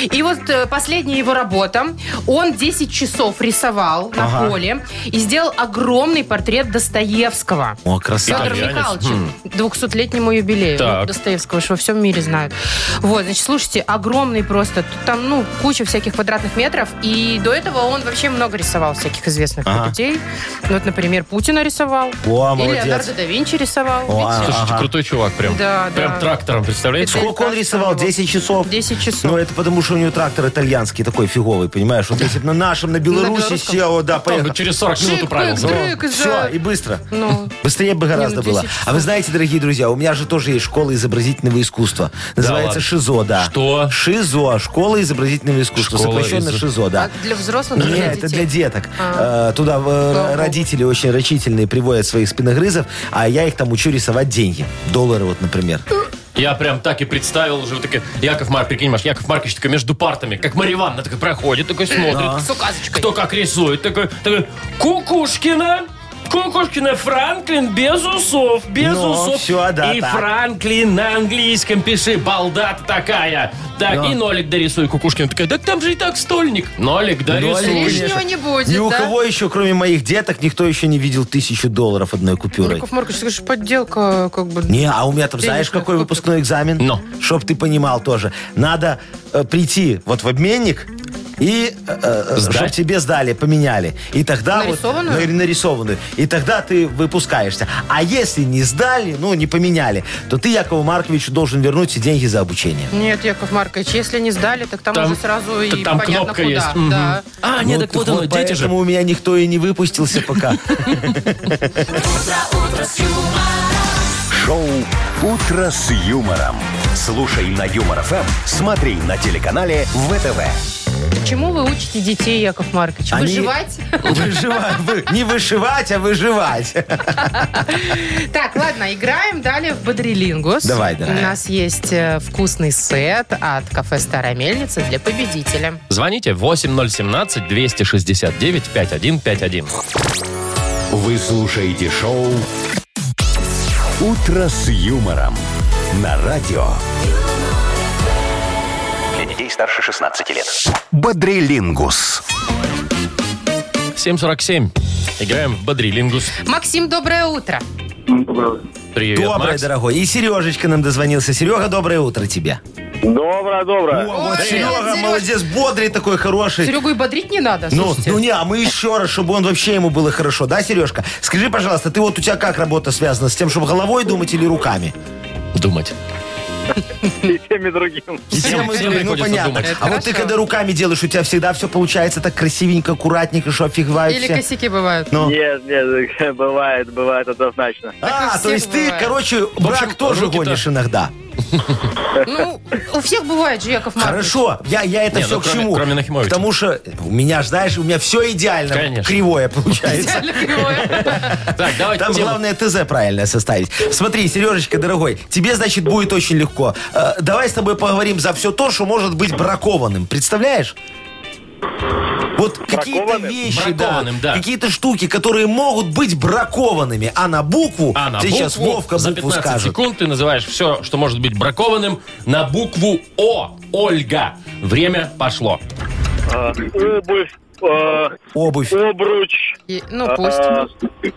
[SPEAKER 3] И вот э, последняя его работа. Он 10 часов рисовал на
[SPEAKER 4] Ага.
[SPEAKER 3] поле и сделал огромный портрет Достоевского.
[SPEAKER 4] О,
[SPEAKER 3] Федор
[SPEAKER 4] красавчик.
[SPEAKER 2] Итальянец.
[SPEAKER 3] Михайлович,
[SPEAKER 4] Хм.
[SPEAKER 3] 200-летнему юбилею
[SPEAKER 2] Так.
[SPEAKER 3] ну, Достоевского, что во всем мире знают. Вот, значит, слушайте, огромный просто, тут там, ну, куча всяких квадратных метров, и до этого он вообще много рисовал всяких известных
[SPEAKER 4] Ага.
[SPEAKER 3] людей. Вот, например, Путина рисовал.
[SPEAKER 4] О,
[SPEAKER 3] и
[SPEAKER 4] молодец.
[SPEAKER 3] Леонардо да Винчи рисовал.
[SPEAKER 4] О,
[SPEAKER 3] Видите?
[SPEAKER 2] Слушайте,
[SPEAKER 4] Ага.
[SPEAKER 2] крутой чувак прям.
[SPEAKER 3] Да,
[SPEAKER 2] прям
[SPEAKER 3] да.
[SPEAKER 2] трактором, представляете?
[SPEAKER 3] Это-
[SPEAKER 4] Сколько он рисовал? 10 часов?
[SPEAKER 3] 10 часов.
[SPEAKER 4] Ну, это потому, что у него трактор итальянский такой фиговый, понимаешь? Вот если бы на нашем, на Беларуси
[SPEAKER 3] белорусском.
[SPEAKER 4] сел, да,
[SPEAKER 2] Там бы
[SPEAKER 4] поехал.
[SPEAKER 2] через 40 минут
[SPEAKER 3] Шик,
[SPEAKER 2] управился.
[SPEAKER 3] бык, дрык, из-за-
[SPEAKER 4] Все, и быстро.
[SPEAKER 3] Ну.
[SPEAKER 4] Быстрее бы гораздо
[SPEAKER 3] Не, ну,
[SPEAKER 4] было.
[SPEAKER 3] 10
[SPEAKER 4] А вы знаете, дорогие друзья, у меня же тоже есть школа изобразительного искусства. Называется
[SPEAKER 2] ладно.
[SPEAKER 4] ШИЗО, да.
[SPEAKER 2] Что?
[SPEAKER 4] ШИЗО, школа изобразительного искусства,
[SPEAKER 2] Школа
[SPEAKER 4] сокращенно
[SPEAKER 2] из-
[SPEAKER 4] ШИЗО, да.
[SPEAKER 3] А для взрослых или
[SPEAKER 4] Нет, это Ну, для
[SPEAKER 3] детей?
[SPEAKER 4] деток.
[SPEAKER 3] А.
[SPEAKER 4] Э, Туда э,
[SPEAKER 3] Слава богу.
[SPEAKER 4] родители очень рачительные приводят своих спиногрызов, а я их там учу рисовать деньги. Доллары вот, например.
[SPEAKER 2] Я прям так и представил уже. Вот такая, Яков Марк, прикинь, Маш, Яков Маркович такой между партами, как Марья Ивановна, такой проходит, такой смотрит.
[SPEAKER 3] С указочкой.
[SPEAKER 2] Кто как рисует, такой, такой Кукушкина, Кукушкина, Франклин без усов, без
[SPEAKER 4] Ну,
[SPEAKER 2] усов.
[SPEAKER 4] всё, да,
[SPEAKER 2] и
[SPEAKER 4] так.
[SPEAKER 2] Франклин на английском пиши, балда ты такая. Так,
[SPEAKER 4] Да.
[SPEAKER 2] и нолик дорисуй, Кукушкина такая, да там же и так стольник. Нолик дорисуй.
[SPEAKER 4] Нолик.
[SPEAKER 3] Лишнего не будет,
[SPEAKER 4] Ну, Ни у
[SPEAKER 3] да?
[SPEAKER 4] кого еще, кроме моих деток, никто еще не видел тысячу долларов одной купюрой.
[SPEAKER 3] Яков Маркович, это же подделка, как бы...
[SPEAKER 4] Не, а у меня там, знаешь,
[SPEAKER 3] Денежная
[SPEAKER 4] какой
[SPEAKER 3] купюра.
[SPEAKER 4] выпускной экзамен?
[SPEAKER 2] Ну.
[SPEAKER 4] Чтоб ты понимал тоже. Надо э, прийти вот в обменник и э,
[SPEAKER 2] Сдать?
[SPEAKER 4] чтобы тебе сдали, поменяли. И тогда вот-
[SPEAKER 3] Нарисованную?
[SPEAKER 4] ну, или нарисованную. И тогда ты выпускаешься. А если не сдали, ну, не поменяли, то ты Якову Марковичу должен вернуть все деньги за обучение.
[SPEAKER 3] Нет, Яков Маркович, если не сдали, так там,
[SPEAKER 2] Там-
[SPEAKER 3] уже сразу и
[SPEAKER 2] там
[SPEAKER 3] понятно
[SPEAKER 2] кнопка
[SPEAKER 3] куда.
[SPEAKER 2] есть.
[SPEAKER 3] Да.
[SPEAKER 2] А,
[SPEAKER 4] Ну, так вот поэтому у меня никто и не выпустился пока.
[SPEAKER 1] Шоу «Утро с юмором». Слушай на Юмор ФМ, смотри на телеканале ВТВ.
[SPEAKER 3] Чему вы учите детей, Яков Маркович?
[SPEAKER 4] Они-
[SPEAKER 3] Выживать?
[SPEAKER 4] Выживать. вы- Не вышивать, а выживать.
[SPEAKER 3] Так, ладно, играем далее в Бодрилингус.
[SPEAKER 4] Давай,
[SPEAKER 3] У
[SPEAKER 4] дорогая.
[SPEAKER 3] нас есть э, вкусный сет от кафе «Старая мельница» для победителя.
[SPEAKER 2] Звоните 8017-269-5151.
[SPEAKER 1] Вы слушаете шоу «Утро с юмором» на радио
[SPEAKER 5] Для детей старше 16 лет.
[SPEAKER 1] «Бодрилингус».
[SPEAKER 2] 747. Играем в Бодрилингус.
[SPEAKER 3] Максим, доброе утро.
[SPEAKER 2] Привет,
[SPEAKER 4] Доброе,
[SPEAKER 2] Макс.
[SPEAKER 4] дорогой. И Сережечка нам дозвонился. Серега, доброе утро тебе.
[SPEAKER 7] Доброе, доброе.
[SPEAKER 4] О, вот
[SPEAKER 3] Привет,
[SPEAKER 4] Серега,
[SPEAKER 3] Сереж.
[SPEAKER 4] молодец, бодрый такой, хороший.
[SPEAKER 3] Серегу и бодрить не надо,
[SPEAKER 4] Ну,
[SPEAKER 3] слушайте.
[SPEAKER 4] ну не, а мы еще раз, чтобы он вообще ему было хорошо, да, Сережка? Скажи, пожалуйста, ты вот у тебя как работа связана с тем, чтобы головой думать или руками?
[SPEAKER 2] Думать.
[SPEAKER 7] И тем, и другим.
[SPEAKER 4] И тем, и
[SPEAKER 2] всем
[SPEAKER 4] другим, ну
[SPEAKER 2] приходится
[SPEAKER 4] понятно.
[SPEAKER 2] думать.
[SPEAKER 4] А
[SPEAKER 3] Это
[SPEAKER 4] вот ты
[SPEAKER 3] хорошо.
[SPEAKER 4] когда руками делаешь, у тебя всегда все получается так красивенько, аккуратненько, что офигевают
[SPEAKER 3] Или
[SPEAKER 4] все.
[SPEAKER 3] косяки бывают.
[SPEAKER 4] Ну.
[SPEAKER 7] Нет, нет, бывает, бывает однозначно.
[SPEAKER 3] Так
[SPEAKER 4] А,
[SPEAKER 3] и
[SPEAKER 4] то
[SPEAKER 3] всех
[SPEAKER 4] есть ты,
[SPEAKER 3] бывает.
[SPEAKER 4] короче, брак
[SPEAKER 2] общем,
[SPEAKER 4] тоже
[SPEAKER 2] руки-то-
[SPEAKER 4] гонишь иногда.
[SPEAKER 3] Ну, у всех бывает же, Яков Маркович.
[SPEAKER 4] Хорошо, я, я это
[SPEAKER 2] Не,
[SPEAKER 4] все
[SPEAKER 2] ну,
[SPEAKER 4] к
[SPEAKER 2] кроме-
[SPEAKER 4] чему?
[SPEAKER 2] кроме Нахимовича.
[SPEAKER 4] Потому что у меня, ж, знаешь, у меня все идеально
[SPEAKER 2] Конечно.
[SPEAKER 4] кривое получается.
[SPEAKER 3] Идеально кривое.
[SPEAKER 2] Так, давайте
[SPEAKER 4] Там
[SPEAKER 2] тему.
[SPEAKER 4] главное ТЗ правильно составить. Смотри, Сережечка, дорогой, тебе, значит, будет очень легко. Э, давай с тобой поговорим за все то, что может быть бракованным. Представляешь? Вот какие-то
[SPEAKER 7] Бракованным?
[SPEAKER 4] вещи, да,
[SPEAKER 2] Бракованным, да.
[SPEAKER 4] какие-то штуки, которые могут быть бракованными, а на букву,
[SPEAKER 2] А на
[SPEAKER 4] тебе
[SPEAKER 2] букву
[SPEAKER 4] сейчас Вовка
[SPEAKER 2] за
[SPEAKER 4] букву
[SPEAKER 2] 15
[SPEAKER 4] скажет.
[SPEAKER 2] секунд ты называешь все, что может быть бракованным, на букву О. Ольга. Время пошло.
[SPEAKER 7] Э, Обувь, э,
[SPEAKER 4] Обувь.
[SPEAKER 7] обруч. А,
[SPEAKER 3] И- Ну,
[SPEAKER 2] А,
[SPEAKER 3] пусть.
[SPEAKER 7] э,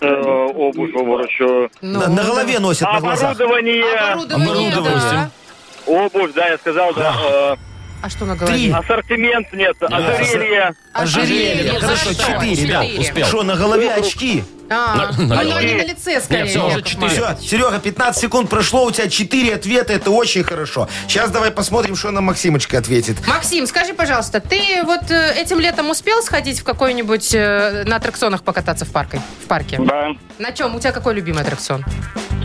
[SPEAKER 7] э, Обувь, обруч. э,
[SPEAKER 3] Ну,
[SPEAKER 4] на, на голове носят, на глазах.
[SPEAKER 7] Оборудование.
[SPEAKER 3] Оборудование, да.
[SPEAKER 4] Оборудование.
[SPEAKER 7] Обувь, да, я сказал, да.
[SPEAKER 3] А что на голове?
[SPEAKER 7] э, Ассортимент нет, ожерелье.
[SPEAKER 4] Ожерелье.
[SPEAKER 3] Ожерелье,
[SPEAKER 4] Хорошо,
[SPEAKER 3] да,
[SPEAKER 4] четыре, да.
[SPEAKER 3] четыре.
[SPEAKER 2] Успел.
[SPEAKER 4] Что, на голове очки?
[SPEAKER 3] А,
[SPEAKER 2] На-
[SPEAKER 3] ну,
[SPEAKER 2] на
[SPEAKER 3] но
[SPEAKER 2] голове.
[SPEAKER 3] они на лице скорее.
[SPEAKER 2] всё, уже
[SPEAKER 3] Яков
[SPEAKER 2] четыре.
[SPEAKER 3] Маркович.
[SPEAKER 4] Все, Серега, 15 секунд прошло, у тебя 4 ответа, это очень хорошо. Сейчас давай посмотрим, что нам Максимочка ответит.
[SPEAKER 3] Максим, скажи, пожалуйста, ты вот э, этим летом успел сходить в какой-нибудь э, на аттракционах покататься в парке? В парке.
[SPEAKER 7] Да,
[SPEAKER 3] На чем? У тебя какой любимый аттракцион?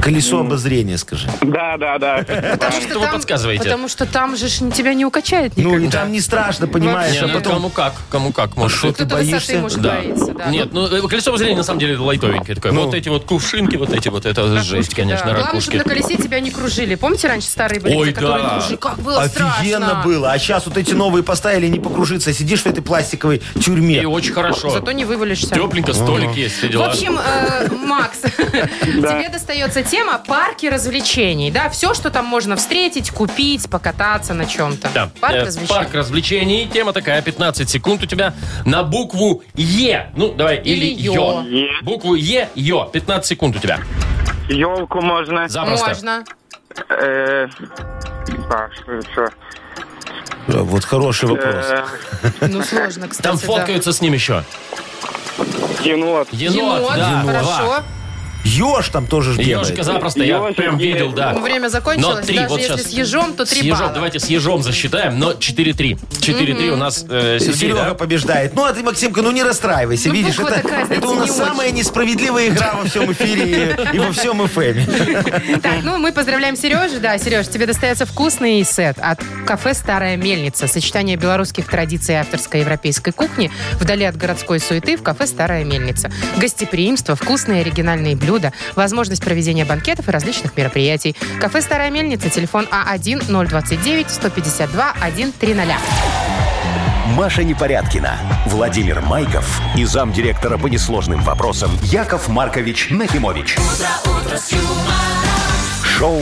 [SPEAKER 4] Колесо
[SPEAKER 2] Ну.
[SPEAKER 4] обозрения, скажи.
[SPEAKER 7] да, да, да.
[SPEAKER 3] Потому
[SPEAKER 2] что вы подсказываете?
[SPEAKER 3] Потому что там же ж н- тебя не укачает никак.
[SPEAKER 4] Ну, и там не страшно, понимаешь,
[SPEAKER 2] Не,
[SPEAKER 4] а
[SPEAKER 2] ну,
[SPEAKER 4] потом... А
[SPEAKER 2] Кому как, кому как может
[SPEAKER 4] что
[SPEAKER 2] быть.
[SPEAKER 4] ты
[SPEAKER 3] Кто-то высоты
[SPEAKER 4] боишься?
[SPEAKER 3] может
[SPEAKER 2] Да.
[SPEAKER 3] боится, да.
[SPEAKER 2] Нет, ну э, колесо воззрения на самом деле лайтовенькое такое.
[SPEAKER 4] Ну.
[SPEAKER 2] Вот эти вот кувшинки, вот эти вот, это жесть,
[SPEAKER 3] Да.
[SPEAKER 2] конечно,
[SPEAKER 3] Главное,
[SPEAKER 2] ракушки.
[SPEAKER 3] чтобы на колесе тебя не кружили. Помните раньше старые были,
[SPEAKER 2] Ой,
[SPEAKER 3] те, которые
[SPEAKER 2] да.
[SPEAKER 3] кружили? Как было
[SPEAKER 4] Офигенно
[SPEAKER 3] страшно.
[SPEAKER 4] было. А сейчас вот эти новые поставили, не покружиться. а Сидишь в этой пластиковой тюрьме.
[SPEAKER 2] И очень хорошо.
[SPEAKER 3] Зато не вывалишься.
[SPEAKER 2] Тепленько, столик есть, все
[SPEAKER 3] В
[SPEAKER 2] дела.
[SPEAKER 3] общем, э, Макс, тебе достается Тема парки развлечений, да, все, что там можно встретить, купить, покататься на чем-то.
[SPEAKER 2] Да.
[SPEAKER 3] Парк
[SPEAKER 2] Э,
[SPEAKER 3] развлечений.
[SPEAKER 2] Парк развлечений. Тема такая, 15 секунд у тебя на букву Е. Ну, давай, или,
[SPEAKER 3] Или
[SPEAKER 2] Ё.
[SPEAKER 3] Ё.
[SPEAKER 7] Е.
[SPEAKER 2] Букву Е, Ё. 15 секунд у тебя.
[SPEAKER 7] Елку можно.
[SPEAKER 2] Запросто.
[SPEAKER 3] Можно.
[SPEAKER 7] Э, так, что еще?
[SPEAKER 4] Э, Вот хороший вопрос.
[SPEAKER 7] Э,
[SPEAKER 3] Ну, сложно, кстати.
[SPEAKER 2] Там
[SPEAKER 3] да.
[SPEAKER 2] фоткаются с ним еще.
[SPEAKER 7] енот.
[SPEAKER 2] Енот,
[SPEAKER 3] Енот,
[SPEAKER 2] да.
[SPEAKER 3] хорошо.
[SPEAKER 4] Еж там тоже ж
[SPEAKER 2] Ежика
[SPEAKER 4] делает.
[SPEAKER 2] запросто, я
[SPEAKER 7] Ежик
[SPEAKER 2] прям
[SPEAKER 7] есть.
[SPEAKER 2] видел, да.
[SPEAKER 3] Ну, Время закончилось.
[SPEAKER 2] Но три,
[SPEAKER 3] Даже
[SPEAKER 2] вот
[SPEAKER 3] если
[SPEAKER 2] сейчас.
[SPEAKER 3] с ежом, то
[SPEAKER 2] С
[SPEAKER 3] три
[SPEAKER 2] ежом,
[SPEAKER 3] балла.
[SPEAKER 2] давайте с ежом засчитаем, но 4-3. 4-3 у нас э, Сергей,
[SPEAKER 4] Серега
[SPEAKER 2] да?
[SPEAKER 4] побеждает. Ну, а ты, Максимка, ну не расстраивайся,
[SPEAKER 3] Ну,
[SPEAKER 4] видишь,
[SPEAKER 3] буква
[SPEAKER 4] это,
[SPEAKER 3] такая, знаете,
[SPEAKER 4] это у нас
[SPEAKER 3] не
[SPEAKER 4] самая несправедливая игра во всем эфире и, и во всем эфеме.
[SPEAKER 3] Так, ну мы поздравляем Сережу. Да, Сереж, тебе достается вкусный сет от кафе «Старая мельница». Сочетание белорусских традиций и авторской европейской кухни вдали от городской суеты в кафе «Старая мельница». Гостеприимство, вкусные оригинальные блюда, возможность проведения банкетов и различных мероприятий. Кафе «Старая мельница», телефон А А1-029-152-130.
[SPEAKER 1] Маша Непорядкина, Владимир Майков и замдиректора по несложным вопросам Яков Маркович Нахимович. Шоу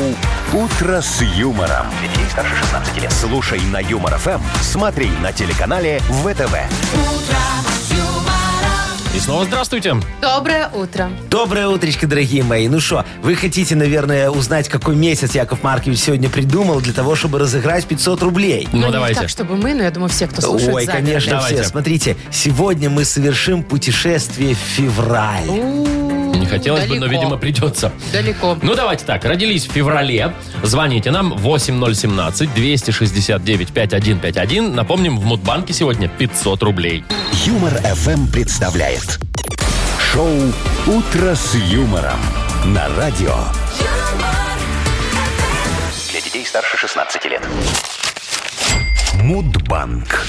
[SPEAKER 1] Утро с юмором. Детей старше 16 лет. Слушай на юмор ФМ, смотри на телеканале ВТВ.
[SPEAKER 2] И снова Ну, здравствуйте.
[SPEAKER 3] Ну, Доброе утро.
[SPEAKER 4] Доброе утречко, дорогие мои. Ну что, вы хотите, наверное, узнать, какой месяц Яков Маркович сегодня придумал для того, чтобы разыграть 500 рублей?
[SPEAKER 2] Ну,
[SPEAKER 3] не
[SPEAKER 2] давайте.
[SPEAKER 3] так, чтобы мы, но я думаю, все, кто слушает,
[SPEAKER 4] Ой,
[SPEAKER 3] заняты.
[SPEAKER 4] конечно,
[SPEAKER 2] Давайте.
[SPEAKER 4] все. Смотрите, сегодня мы совершим путешествие в февраль.
[SPEAKER 3] У,
[SPEAKER 2] Не хотелось бы, но,
[SPEAKER 3] далеко,
[SPEAKER 2] видимо, придется.
[SPEAKER 3] Далеко.
[SPEAKER 2] Ну, давайте так. Родились в феврале. Звоните нам 8017-269-5151. Напомним, в Мудбанке сегодня 500 рублей.
[SPEAKER 1] Юмор ФМ представляет шоу Утро с юмором на радио.
[SPEAKER 5] Для детей старше 16 лет.
[SPEAKER 1] Мудбанк.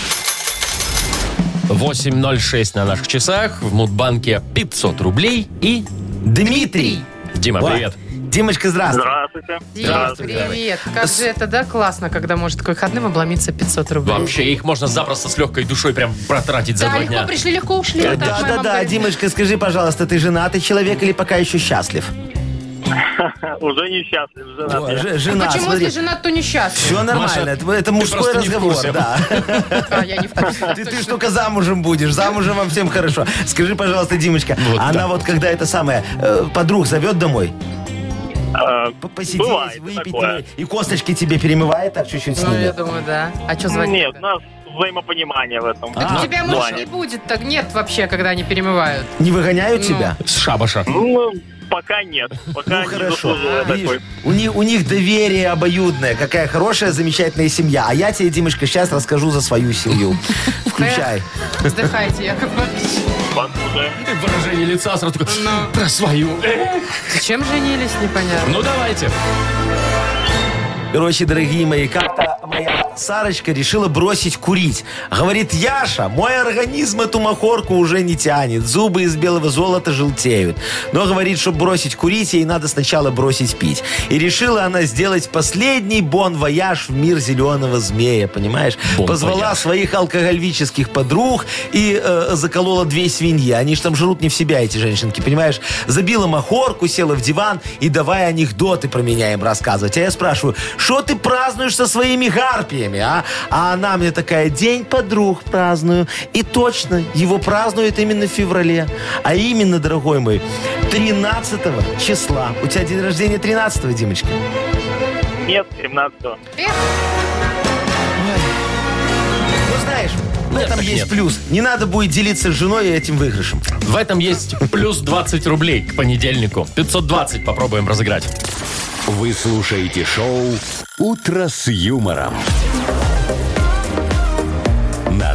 [SPEAKER 2] 8.06 на наших часах. В Мудбанке 500 рублей. И,
[SPEAKER 4] Дмитрий!
[SPEAKER 2] Дима,
[SPEAKER 4] О,
[SPEAKER 2] привет.
[SPEAKER 4] Димочка, здравствуй.
[SPEAKER 7] Здравствуйте.
[SPEAKER 3] Дима, привет. Как же это, да, классно, когда может к выходным обломиться 500 рублей.
[SPEAKER 2] Вообще, их можно запросто с легкой душой прям протратить за
[SPEAKER 3] Да,
[SPEAKER 2] два
[SPEAKER 3] легко
[SPEAKER 2] дня.
[SPEAKER 3] пришли, легко ушли. вот так моя
[SPEAKER 4] Да-да-да,
[SPEAKER 3] мама говорит.
[SPEAKER 4] Димочка, скажи, пожалуйста, ты женатый человек или пока еще счастлив?
[SPEAKER 7] Уже несчастлив, женат
[SPEAKER 4] О,
[SPEAKER 7] я.
[SPEAKER 4] ж- жена,
[SPEAKER 3] Почему,
[SPEAKER 4] смотри.
[SPEAKER 3] если женат, то несчастлив?
[SPEAKER 4] Все нормально, это, это мужской
[SPEAKER 2] просто не в
[SPEAKER 4] разговор,
[SPEAKER 2] курсе.
[SPEAKER 4] да.
[SPEAKER 3] А, я не в курсе.
[SPEAKER 4] Ты, ты ж только замужем будешь, замужем вам всем хорошо. Скажи, пожалуйста, Димочка,
[SPEAKER 2] Вот
[SPEAKER 4] она
[SPEAKER 2] так
[SPEAKER 4] вот когда это самое, э, подруг зовет домой,
[SPEAKER 7] Э,
[SPEAKER 4] п- посидеть,
[SPEAKER 7] Бывает
[SPEAKER 4] выпить,
[SPEAKER 7] такое.
[SPEAKER 4] и косточки тебе перемывает так чуть-чуть с
[SPEAKER 3] Ну, я
[SPEAKER 4] ними.
[SPEAKER 3] думаю, да. А что звонить?
[SPEAKER 7] Нет, у нас взаимопонимание в этом.
[SPEAKER 3] А, Так у тебя, может, не
[SPEAKER 7] плане.
[SPEAKER 3] будет. Так нет вообще, когда они перемывают.
[SPEAKER 4] Не выгоняют
[SPEAKER 3] Ну.
[SPEAKER 4] тебя?
[SPEAKER 2] С шабаша.
[SPEAKER 7] Ну, пока нет. Пока
[SPEAKER 4] Ну
[SPEAKER 7] не
[SPEAKER 4] хорошо.
[SPEAKER 7] заслужила
[SPEAKER 4] Видишь,
[SPEAKER 7] такой.
[SPEAKER 4] у, них, у них доверие обоюдное. Какая хорошая, замечательная семья. А я тебе, Димочка, сейчас расскажу за свою семью. Включай.
[SPEAKER 3] Вздыхайте, Яков Маркович.
[SPEAKER 7] Возможно.
[SPEAKER 2] И выражение лица сразу такое,
[SPEAKER 3] Ну.
[SPEAKER 2] про свою.
[SPEAKER 3] Зачем женились, непонятно.
[SPEAKER 2] Ну, давайте.
[SPEAKER 4] Короче, дорогие мои, как-то моя Сарочка решила бросить курить. Говорит, Яша, мой организм эту махорку уже не тянет. Зубы из белого золота желтеют. Но говорит, чтобы бросить курить, ей надо сначала бросить пить. И решила она сделать последний бон-вояж в мир зеленого змея, понимаешь?
[SPEAKER 2] Бон-вояж.
[SPEAKER 4] Позвала своих алкогольвических подруг и э, заколола две свиньи. Они же там жрут не в себя, эти женщинки, понимаешь? Забила махорку, села в диван и давай анекдоты про меня им рассказывать. А я спрашиваю, что ты празднуешь со своими гарпиями, а? А она мне такая, день подруг праздную. И точно, его празднуют именно в феврале. А именно, дорогой мой, 13 числа. У тебя день рождения 13 Димочка?
[SPEAKER 7] Нет, 17-го.
[SPEAKER 4] Ну, знаешь, в
[SPEAKER 2] Нет,
[SPEAKER 4] этом
[SPEAKER 2] так
[SPEAKER 4] есть
[SPEAKER 2] нет.
[SPEAKER 4] плюс. Не надо будет делиться с женой этим выигрышем.
[SPEAKER 2] В этом есть плюс 20 рублей к понедельнику. 520 попробуем разыграть.
[SPEAKER 1] Вы слушаете шоу Утро с юмором. На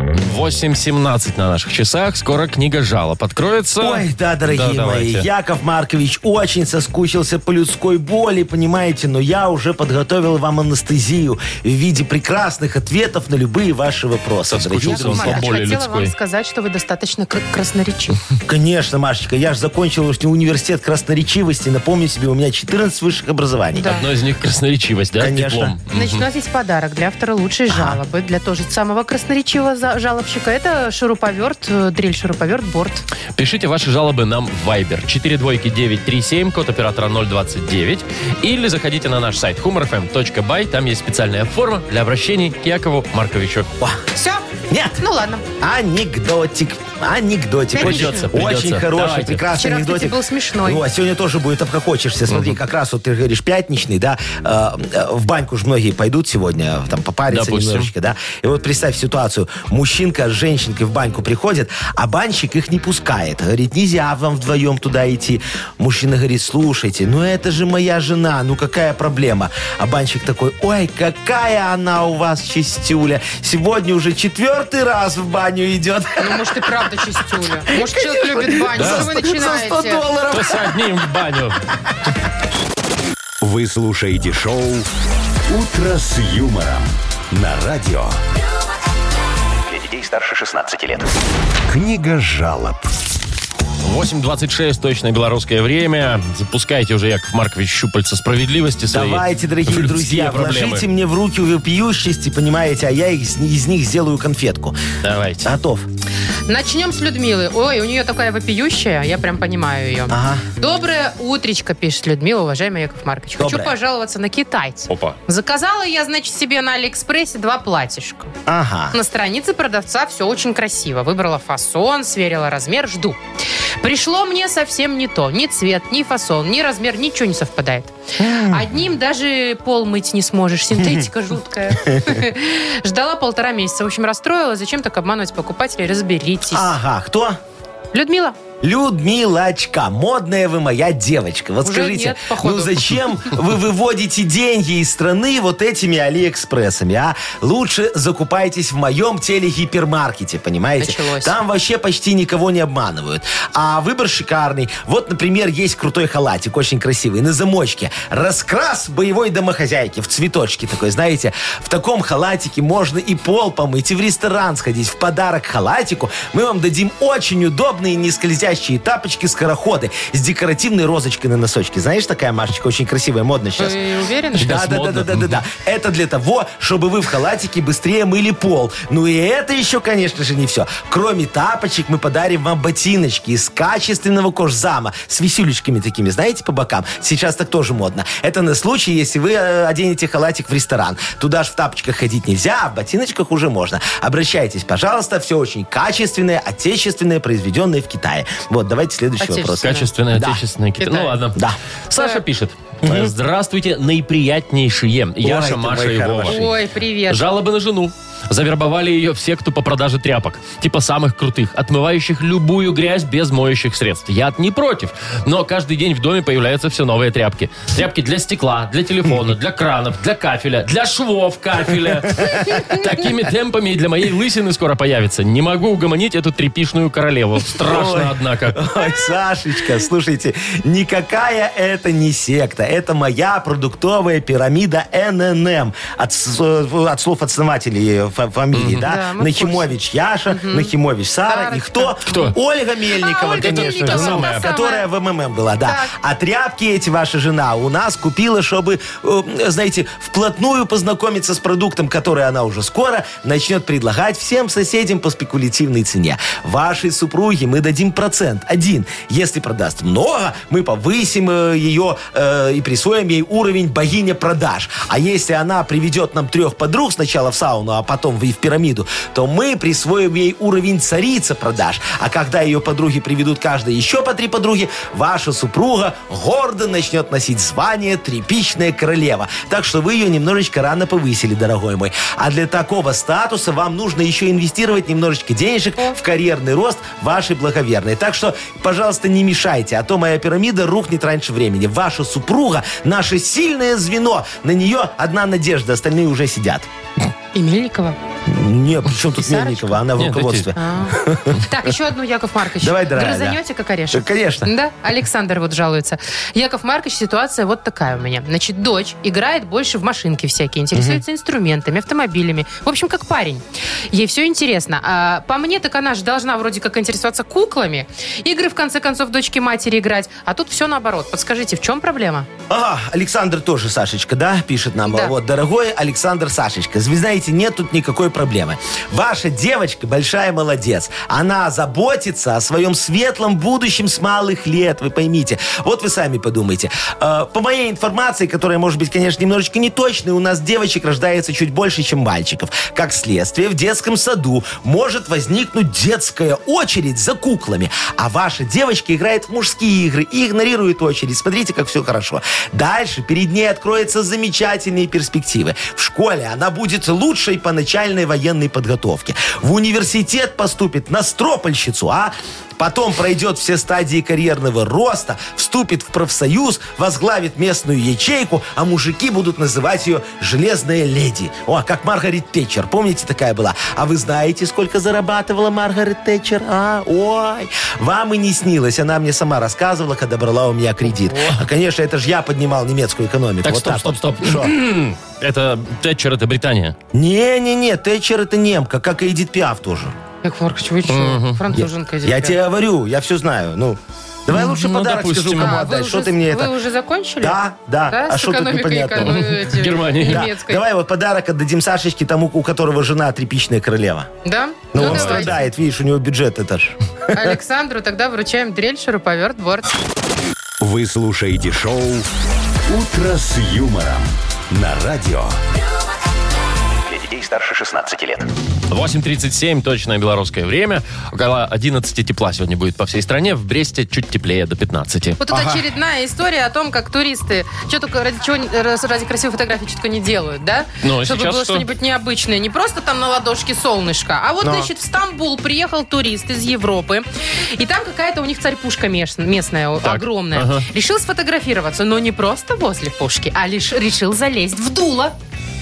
[SPEAKER 2] 8.17 на наших часах. Скоро книга жалоб откроется.
[SPEAKER 4] Ой, да, дорогие
[SPEAKER 2] Да,
[SPEAKER 4] мои,
[SPEAKER 2] давайте.
[SPEAKER 4] Яков Маркович очень соскучился по людской боли, понимаете, но я уже подготовил вам анестезию в виде прекрасных ответов на любые ваши вопросы. дорогие
[SPEAKER 2] Соскучился он
[SPEAKER 4] друзья.
[SPEAKER 2] по
[SPEAKER 3] Маркович,
[SPEAKER 2] боли
[SPEAKER 3] хотела вам
[SPEAKER 2] людской.
[SPEAKER 3] сказать, что вы достаточно кр- красноречивы.
[SPEAKER 4] Конечно, Машечка, я же закончил уж не университет красноречивости, напомню себе, у меня 14 высших образований.
[SPEAKER 3] Да.
[SPEAKER 2] Одно из них красноречивость, да?
[SPEAKER 4] Конечно.
[SPEAKER 2] Диплом.
[SPEAKER 3] Значит, у нас есть подарок для автора лучшей жалобы, для тоже самого красноречивого за- жалобщика. Это шуруповерт, э, дрель шуруповерт, борт.
[SPEAKER 2] Пишите ваши жалобы нам в Viber 42937, код оператора 029. Или заходите на наш сайт humorfm.by. Там есть специальная форма для обращений к Якову Марковичу.
[SPEAKER 4] О,
[SPEAKER 3] Все?
[SPEAKER 4] Нет.
[SPEAKER 3] Ну ладно.
[SPEAKER 4] Анекдотик. Анекдотик.
[SPEAKER 2] Придется,
[SPEAKER 4] Очень,
[SPEAKER 2] придется.
[SPEAKER 4] очень хороший,
[SPEAKER 2] Давайте.
[SPEAKER 4] прекрасный
[SPEAKER 3] Вчера, кстати,
[SPEAKER 4] анекдотик.
[SPEAKER 3] был смешной.
[SPEAKER 4] О, А сегодня тоже будет, обхохочешься. Смотри, как раз вот ты говоришь, пятничный, да, э, э, в баньку же многие пойдут сегодня, э, там, попариться
[SPEAKER 2] Допустим.
[SPEAKER 4] немножечко, да. И вот представь ситуацию. Мужчинка с женщинкой в баньку приходит, а банщик их не пускает. Говорит, нельзя вам вдвоем туда идти. Мужчина говорит, слушайте, ну это же моя жена, ну какая проблема? А банщик такой, ой, какая она у вас чистюля. Сегодня уже четвертый раз в баню идет.
[SPEAKER 3] Ну, может, и правда чистюля. Может, человек любит баню.
[SPEAKER 4] За
[SPEAKER 3] Что вы
[SPEAKER 4] сто- За 100
[SPEAKER 3] начинаете?
[SPEAKER 4] долларов.
[SPEAKER 2] То с одним в баню.
[SPEAKER 1] Вы слушаете шоу «Утро с юмором» на радио.
[SPEAKER 5] Для детей старше 16 лет.
[SPEAKER 1] Книга жалоб.
[SPEAKER 2] 8.26, точное белорусское время. Запускайте уже, Яков Маркович, щупальца справедливости свои.
[SPEAKER 4] Давайте, дорогие
[SPEAKER 2] людские
[SPEAKER 4] друзья,
[SPEAKER 2] проблемы.
[SPEAKER 4] вложите мне в руки вопиющести, понимаете, а я из, из них сделаю конфетку.
[SPEAKER 2] Давайте.
[SPEAKER 4] Готов.
[SPEAKER 3] Начнем с Людмилы. Ой, у нее такая вопиющая, я прям понимаю ее.
[SPEAKER 4] Ага.
[SPEAKER 3] Доброе утречко, пишет Людмила, уважаемый Яков Маркович. Хочу
[SPEAKER 4] Доброе.
[SPEAKER 3] пожаловаться на китайцев.
[SPEAKER 2] Опа.
[SPEAKER 3] Заказала я, значит, себе на Алиэкспрессе два платьишка.
[SPEAKER 4] Ага.
[SPEAKER 3] На странице продавца все очень красиво. Выбрала фасон, сверила размер, жду. Пришло мне совсем не то. Ни цвет, ни фасон, ни размер, ничего не совпадает. Одним даже пол мыть не сможешь. Синтетика жуткая. Ждала полтора месяца. В общем, расстроилась. Зачем так обманывать покупателей? Разберитесь.
[SPEAKER 4] Ага, кто?
[SPEAKER 3] Людмила,
[SPEAKER 4] Людмилочка, модная вы моя девочка. Вот
[SPEAKER 3] Уже
[SPEAKER 4] скажите,
[SPEAKER 3] нет, походу.
[SPEAKER 4] ну зачем вы выводите деньги из страны вот этими алиэкспрессами, а? Лучше закупайтесь в моем телегипермаркете, понимаете?
[SPEAKER 3] Началось.
[SPEAKER 4] Там вообще почти никого не обманывают. А выбор шикарный. Вот, например, есть крутой халатик, очень красивый, на замочке. Раскрас боевой домохозяйки в цветочке такой, знаете. В таком халатике можно и пол помыть, и в ресторан сходить. В подарок халатику мы вам дадим очень удобные нескользящие тапочки-скороходы с декоративной розочкой на носочке. Знаешь, такая, Машечка, очень красивая, модная сейчас.
[SPEAKER 3] вы уверены? что-
[SPEAKER 4] Да,
[SPEAKER 2] Сейчас
[SPEAKER 4] да, да,
[SPEAKER 2] модно.
[SPEAKER 4] да, да, да, да. Это для того, чтобы вы в халатике быстрее мыли пол. Ну и это еще, конечно же, не все. Кроме тапочек, мы подарим вам ботиночки из качественного кожзама с висюлечками такими, знаете, по бокам. Сейчас так тоже модно. Это на случай, если вы э, оденете халатик в ресторан. Туда же в тапочках ходить нельзя, а в ботиночках уже можно. Обращайтесь, пожалуйста, все очень качественное, отечественное, произведенное в Китае. Вот, давайте следующий вопрос.
[SPEAKER 3] Отечественное.
[SPEAKER 2] Качественная
[SPEAKER 4] Да.
[SPEAKER 2] отечественная кита-
[SPEAKER 3] Китай.
[SPEAKER 2] Ну ладно.
[SPEAKER 4] Да. Э,
[SPEAKER 2] Саша пишет. Здравствуйте, наиприятнейшие. Яша,
[SPEAKER 4] ты мой
[SPEAKER 2] Маша и Вова.
[SPEAKER 4] хороший.
[SPEAKER 3] Ой, привет.
[SPEAKER 2] Жалобы на жену. Завербовали ее в секту по продаже тряпок. Типа самых крутых, отмывающих любую грязь без моющих средств. Я не против. Но каждый день в доме появляются все новые тряпки. Тряпки для стекла, для телефона, для кранов, для кафеля, для швов кафеля. Такими темпами и для моей лысины скоро появится. Не могу угомонить эту трепишную королеву.
[SPEAKER 4] Ой.
[SPEAKER 2] Страшно, однако.
[SPEAKER 4] Ой, Сашечка, слушайте, никакая это не секта. Это моя продуктовая пирамида ННМ. От, с- э, от слов основателей ее фа- фамилии,
[SPEAKER 3] Да,
[SPEAKER 4] да?
[SPEAKER 3] мы в курсе.
[SPEAKER 4] Нахимович Яша, Нахимович Сара. И кто?
[SPEAKER 2] Кто?
[SPEAKER 4] Ольга
[SPEAKER 3] А,
[SPEAKER 4] Мельникова,
[SPEAKER 3] Ольга
[SPEAKER 4] конечно же.
[SPEAKER 3] Мельникова, та
[SPEAKER 4] ну,
[SPEAKER 3] самая.
[SPEAKER 4] Которая в МММ была, да.
[SPEAKER 3] Так.
[SPEAKER 4] А тряпки эти ваша жена у нас купила, чтобы, э, знаете, вплотную познакомиться с продуктом, который она уже скоро начнет предлагать всем соседям по спекулятивной цене. Вашей супруге мы дадим процент один. Если продаст много, мы повысим э, ее э, и присвоим ей уровень богиня продаж. А если она приведет нам трех подруг сначала в сауну, а потом в- и в пирамиду, то мы присвоим ей уровень царица продаж. А когда ее подруги приведут каждая еще по три подруги, ваша супруга гордо начнет носить звание тряпичная королева. Так что вы ее немножечко рано повысили, дорогой мой. А для такого статуса вам нужно еще инвестировать немножечко денежек в карьерный рост вашей благоверной. Так что, пожалуйста, не мешайте, а то моя пирамида рухнет раньше времени. Ваша супруга – наше сильное звено. На нее одна надежда, остальные уже сидят.
[SPEAKER 3] И Мельникова.
[SPEAKER 4] Не, причем тут
[SPEAKER 3] Сарочка?
[SPEAKER 4] Мельникова, она в
[SPEAKER 2] Нет, эти-
[SPEAKER 4] руководстве.
[SPEAKER 3] А. Так, еще одну, Яков Маркович.
[SPEAKER 4] Давай, дорогая,
[SPEAKER 3] Грызанете, как орешек?
[SPEAKER 4] Э, конечно.
[SPEAKER 3] Да, Александр вот жалуется. Яков Маркович, ситуация вот такая у меня. Значит, дочь играет больше в машинки всякие, интересуется инструментами, автомобилями. В общем, как парень. Ей все интересно. А по мне, так она же должна вроде как интересоваться куклами. Игры, в конце концов, дочки матери играть. А тут все наоборот. Подскажите, в чем проблема?
[SPEAKER 4] Ага, Александр тоже, Сашечка, да, пишет нам.
[SPEAKER 3] Да.
[SPEAKER 4] Вот, дорогой Александр Сашечка, вы знаете, нет тут никакой проблемы. Ваша девочка большая молодец. Она заботится о своем светлом будущем с малых лет, вы поймите. Вот вы сами подумайте. Э, По моей информации, которая может быть, конечно, немножечко неточной, у нас девочек рождается чуть больше, чем мальчиков. Как следствие, в детском саду может возникнуть детская очередь за куклами. А ваша девочка играет в мужские игры и игнорирует очередь. Смотрите, как все хорошо. Дальше перед ней откроются замечательные перспективы. В школе она будет лучшей по начальной военной подготовке. В университет поступит на стропольщицу, а потом пройдет все стадии карьерного роста, вступит в профсоюз, возглавит местную ячейку, а мужики будут называть ее «железная леди». О, как Маргарет Тэтчер, помните, такая была? А вы знаете, сколько зарабатывала Маргарет Тэтчер? А, ой, вам и не снилось. Она мне сама рассказывала, когда брала у меня кредит. А, конечно, это же я поднимал немецкую экономику.
[SPEAKER 2] Так,
[SPEAKER 4] Вот
[SPEAKER 2] стоп,
[SPEAKER 4] так
[SPEAKER 2] стоп,
[SPEAKER 4] вот.
[SPEAKER 2] стоп.
[SPEAKER 4] Шо?
[SPEAKER 2] Это Тэтчер, это Британия.
[SPEAKER 4] Не-не-не, Тэтчер это немка, как и Эдит Пиаф тоже.
[SPEAKER 3] Так, Маркович, вы что? Француженка здесь.
[SPEAKER 4] Я
[SPEAKER 3] прям.
[SPEAKER 4] тебе говорю, я все знаю. Ну, давай лучше
[SPEAKER 2] ну,
[SPEAKER 4] подарок
[SPEAKER 2] допустим.
[SPEAKER 4] скажу, кому
[SPEAKER 3] А, вы
[SPEAKER 4] отдать.
[SPEAKER 3] уже-
[SPEAKER 4] Что ты мне это...
[SPEAKER 3] Вы уже закончили?
[SPEAKER 4] Да, да.
[SPEAKER 3] Да,
[SPEAKER 4] А
[SPEAKER 3] с
[SPEAKER 4] что тут
[SPEAKER 3] экономикой и
[SPEAKER 4] непонятного?
[SPEAKER 3] эконом- этим,
[SPEAKER 2] Германии.
[SPEAKER 4] Да.
[SPEAKER 3] э, Немецкой.
[SPEAKER 4] Давай вот подарок отдадим Сашечке тому, у которого жена тряпичная королева.
[SPEAKER 3] Да? Ну,
[SPEAKER 4] Ну, он
[SPEAKER 3] давайте.
[SPEAKER 4] страдает, видишь, у него бюджет это ж.
[SPEAKER 3] Александру тогда вручаем дрель, шуруповерт, борт.
[SPEAKER 1] Вы слушаете шоу «Утро с юмором» на радио.
[SPEAKER 5] Для детей старше 16 лет.
[SPEAKER 2] 8.37, точное белорусское время. Около 11 тепла сегодня будет по всей стране. В Бресте чуть теплее, до 15.
[SPEAKER 3] Вот тут очередная история о том, как туристы, что только ради чего раз- ради красивой фотографии что только не делают, да?
[SPEAKER 2] Ну, а
[SPEAKER 3] Чтобы
[SPEAKER 2] сейчас
[SPEAKER 3] было
[SPEAKER 2] что? Ну.
[SPEAKER 3] что-нибудь необычное. Не просто там на ладошке солнышко, а вот, значит, в Стамбул приехал турист из Европы. И там какая-то у них царь-пушка меш- местная, о-
[SPEAKER 2] Так,
[SPEAKER 3] огромная.
[SPEAKER 2] ага.
[SPEAKER 3] Решил сфотографироваться, но не просто возле пушки, а лишь решил залезть в дуло